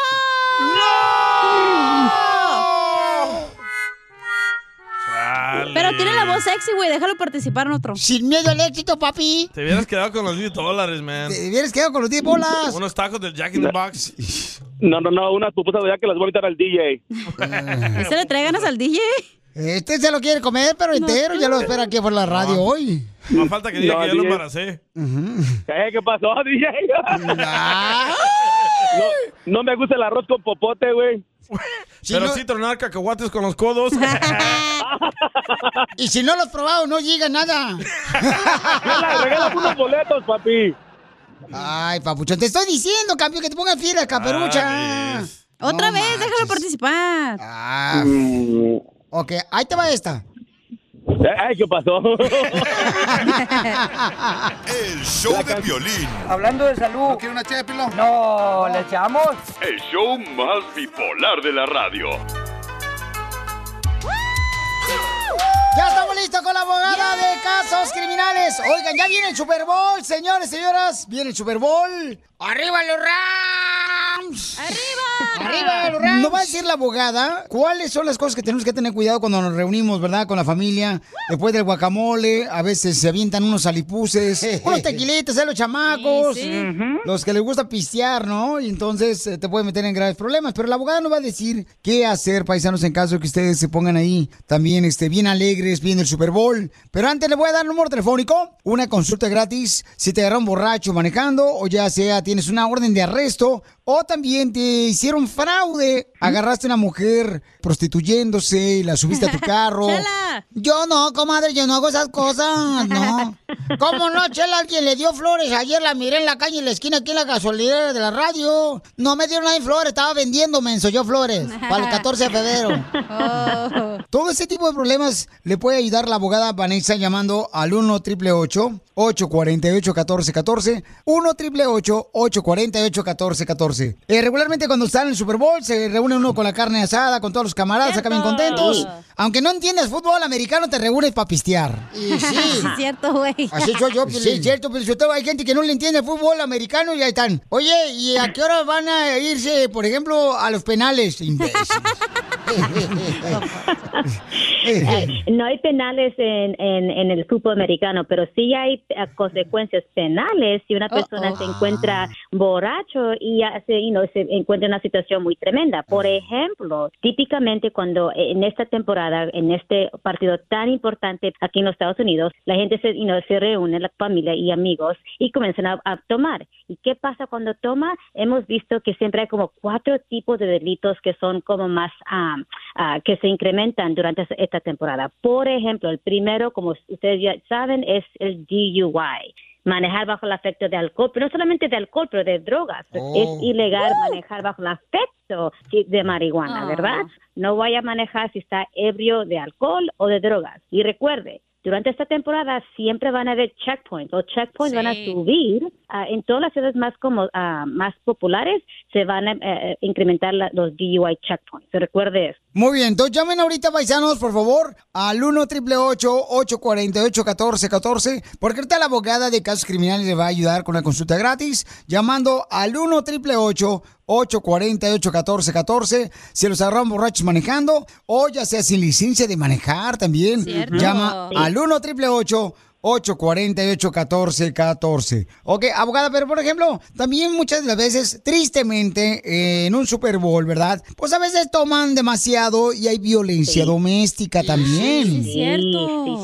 Pero tiene la voz sexy, güey. Déjalo participar en otro.
Sin miedo al éxito, papi.
Te hubieras quedado con los 10 dólares, man.
Te hubieras quedado con los 10 bolas.
Unos tacos del Jack in the Box.
No, no, no, unas pupusas de allá que las voy a invitar al DJ.
¿Se le trae ganas al DJ?
Este se lo quiere comer, pero entero. Ya lo espera aquí por la radio hoy.
*laughs* No falta que diga
No,
que ya lo
DJ.
embaracé.
Eh, ¿Qué pasó, DJ? No, no me gusta el arroz con popote, güey.
*laughs* Pero sí tronar cacahuates con los codos.
Y si no lo has probado, no llega nada.
Regala, regala unos boletos, papi.
Ay, papuchón, te estoy diciendo, campeón, que te pongas fiera,
Ah,
caperucha.
Otra vez,
déjalo
participar.
Ok, ahí te va esta.
Ay, Mm. Eh, ¿qué pasó?
El show de Piolín.
Hablando de salud. ¿No una No, ¿le echamos?
El show más bipolar de la radio.
Ya estamos listos con la abogada de casos criminales. Oigan, ya viene el Super Bowl, señores, señoras. Viene el Super Bowl. ¡Arriba los Rams!
¡Arriba!
¡Arriba Ah, los Rams! Nos va a decir la abogada cuáles son las cosas que tenemos que tener cuidado cuando nos reunimos, ¿verdad? Con la familia. Después del guacamole, a veces se avientan unos *laughs* salipuces, unos tequilitos, ¿eh? Los chamacos.
Sí, sí. Ujú.
Los que les gusta pistear, ¿no? Y entonces eh, te puede meter en graves problemas. Pero la abogada nos va a decir qué hacer, paisanos, en caso de que ustedes se pongan ahí también este, bien alegres viendo el Super Bowl. Pero antes le voy a dar un número telefónico, una consulta gratis. Si te agarra un borracho manejando o ya sea tienes una orden de arresto O también te hicieron fraude, agarraste a una mujer prostituyéndose y la subiste
*laughs*
a tu carro. Yo no, comadre, yo no hago esas cosas, no. ¿Cómo no, Chela? Alguien le dio flores. Ayer la miré en la calle, en la esquina, aquí en la gasolinera de la radio. No me dieron nadie flores, estaba vendiendo, menso, yo flores, para el 14 de febrero. Todo ese tipo de problemas le puede ayudar la abogada Vanessa llamando al 1 triple 848 1414 1 triple 848 1414 Eh, Regularmente cuando están en el Super Bowl se reúne uno con la carne asada, con todos los camaradas, acá bien contentos. Aunque no entiendas fútbol americano, te reúnes para pistear.
Y *laughs* sí. cierto, güey.
Así soy yo, Piolín, cierto, pero hay gente que no le entiende el fútbol americano y ahí están. Oye, ¿y a qué hora van a irse, por ejemplo, a los *laughs* penales? Imbéciles.
Eh, no hay penales en, en, en el fútbol americano, pero sí hay eh, consecuencias penales si una persona se encuentra borracho y hace, you know, se encuentra en una situación muy tremenda. Por ejemplo, típicamente cuando eh, en esta temporada, en este partido tan importante aquí en los Estados Unidos, la gente se, you know, se reúne, la familia y amigos, y comienzan a, a tomar. ¿Y qué pasa cuando toma? Hemos visto que siempre hay como cuatro tipos de delitos que son como más ah, ah, que se incrementan durante esta- esta temporada. Por ejemplo, el primero, como ustedes ya saben, es el DUI. Manejar bajo el afecto de alcohol, pero no solamente de alcohol, pero de drogas. Es ilegal manejar bajo el afecto sí, de marihuana,
Ah.
¿verdad? No vaya a manejar si está ebrio de alcohol o de drogas. Y recuerde, durante esta temporada siempre van a haber checkpoints. Los checkpoints van a
Sí.
subir. ah, en todas las ciudades más, como, ah, más populares se van a eh, incrementar la- los DUI checkpoints. Recuerde esto.
Muy bien, entonces llamen ahorita, paisanos, por favor, al 1 848 1414 porque ahorita la abogada de casos criminales le va a ayudar con la consulta gratis, llamando al 1 848 1414 si los agarran borrachos manejando, o ya sea sin licencia de manejar también,
Cierto.
llama
Sí.
al 1 888 848 1414 Ok, abogada, pero por ejemplo, también muchas de las veces, tristemente, eh, en un Super Bowl, ¿verdad? Pues a veces toman demasiado y hay violencia doméstica también.
Sí, sí,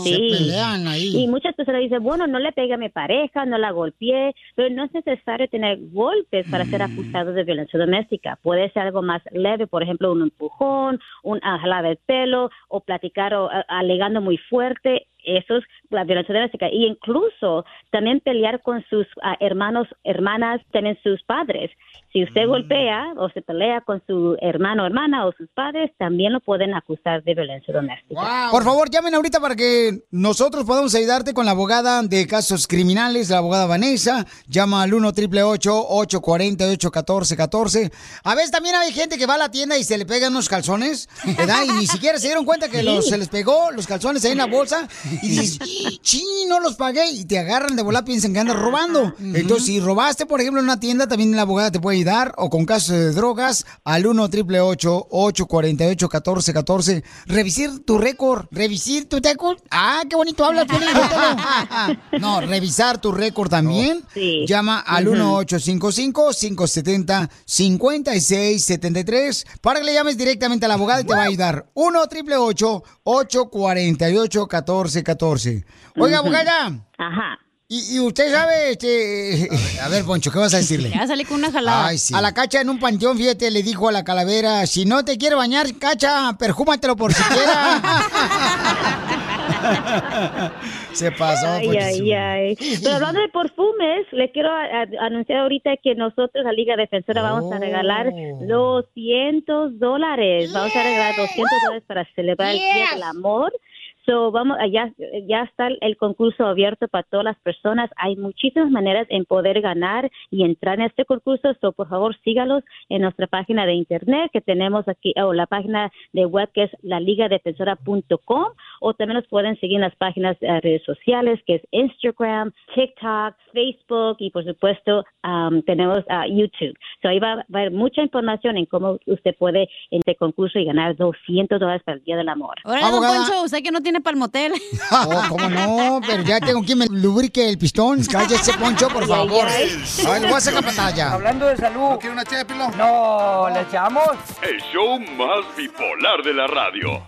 sí.
Se pelean ahí.
Y muchas personas dicen, bueno, no le pegué a mi pareja, no la golpeé, pero no es necesario tener golpes para
Mm.
ser acusado de violencia doméstica. Puede ser algo más leve, por ejemplo, un empujón, un ah, jalada de pelo o platicar o, ah, alegando muy fuerte. Eso es la violencia doméstica. Y incluso también pelear con sus ah, hermanos, hermanas, también sus padres. Si
Mm.
usted golpea o se pelea con su hermano, hermana o sus padres, también lo pueden acusar de violencia doméstica.
Por favor, llamen ahorita para que nosotros podamos ayudarte con la abogada de casos criminales, la abogada Vanessa. Llama al 1 888 848 1414 A veces también hay gente que va a la tienda y se le pegan los calzones, ¿verdad? Y ni siquiera se dieron cuenta que
Sí.
los- se les pegó los calzones ahí en la bolsa. Y dices, sí, no los pagué. Y te agarran de volar, piensan que andas robando. Entonces, si robaste, por ejemplo, en una tienda, también la abogada te puede ayudar. O con casos de drogas, al 1 888 848 1414 Revisir tu récord. Revisir tu récord. Ah, qué bonito hablas, Piolín, Sotelo. No, revisar tu récord también. Llama al
Ujú.
1-855-570-5673 para que le llames directamente a la abogada y te va a ayudar. 1-888-848-1414. Oiga,
Ujú.
abogada.
Ajá.
Y, y usted sabe, este... A ver, Poncho, ¿qué vas a decirle?
Ya salí con una jalada.
Ay, sí. A la cacha en un panteón, fíjate, le dijo a la calavera, si no te quiere bañar, cacha, perfúmatelo por siquiera. Se pasó, pues,
Ay, ay,
Poncho.
ay. este, Pero hablando de perfumes, le quiero a- a- anunciar ahorita que nosotros, la Liga Defensora, vamos a regalar 200 dólares. Vamos a regalar 200 dólares para celebrar el Día
Yes.
del Amor. So, vamos, ya, ya está el concurso abierto para todas las personas. Hay muchísimas maneras en poder ganar y entrar en este concurso. So, por favor, sígalos en nuestra página de internet que tenemos aquí, o la página de web que es laligadefensora.com, o también nos pueden seguir en las páginas de redes sociales que es Instagram, TikTok, Facebook y, por supuesto, um, tenemos ah, YouTube. So, ahí va, va a haber mucha información en cómo usted puede en este concurso y ganar 200 dólares para el Día del Amor.
Ahora, don
Abogada.
Poncho, usted que no tiene para el
*laughs*
motel.
Oh, ¿cómo no? Pero ya tengo quien me lubrique el *laughs* pistón. Cállese, Poncho, por favor. Ay, le voy a sacar pantalla.
Hablando de salud. ¿No quiere una ché No, ¿la echamos?
El show más bipolar de la radio.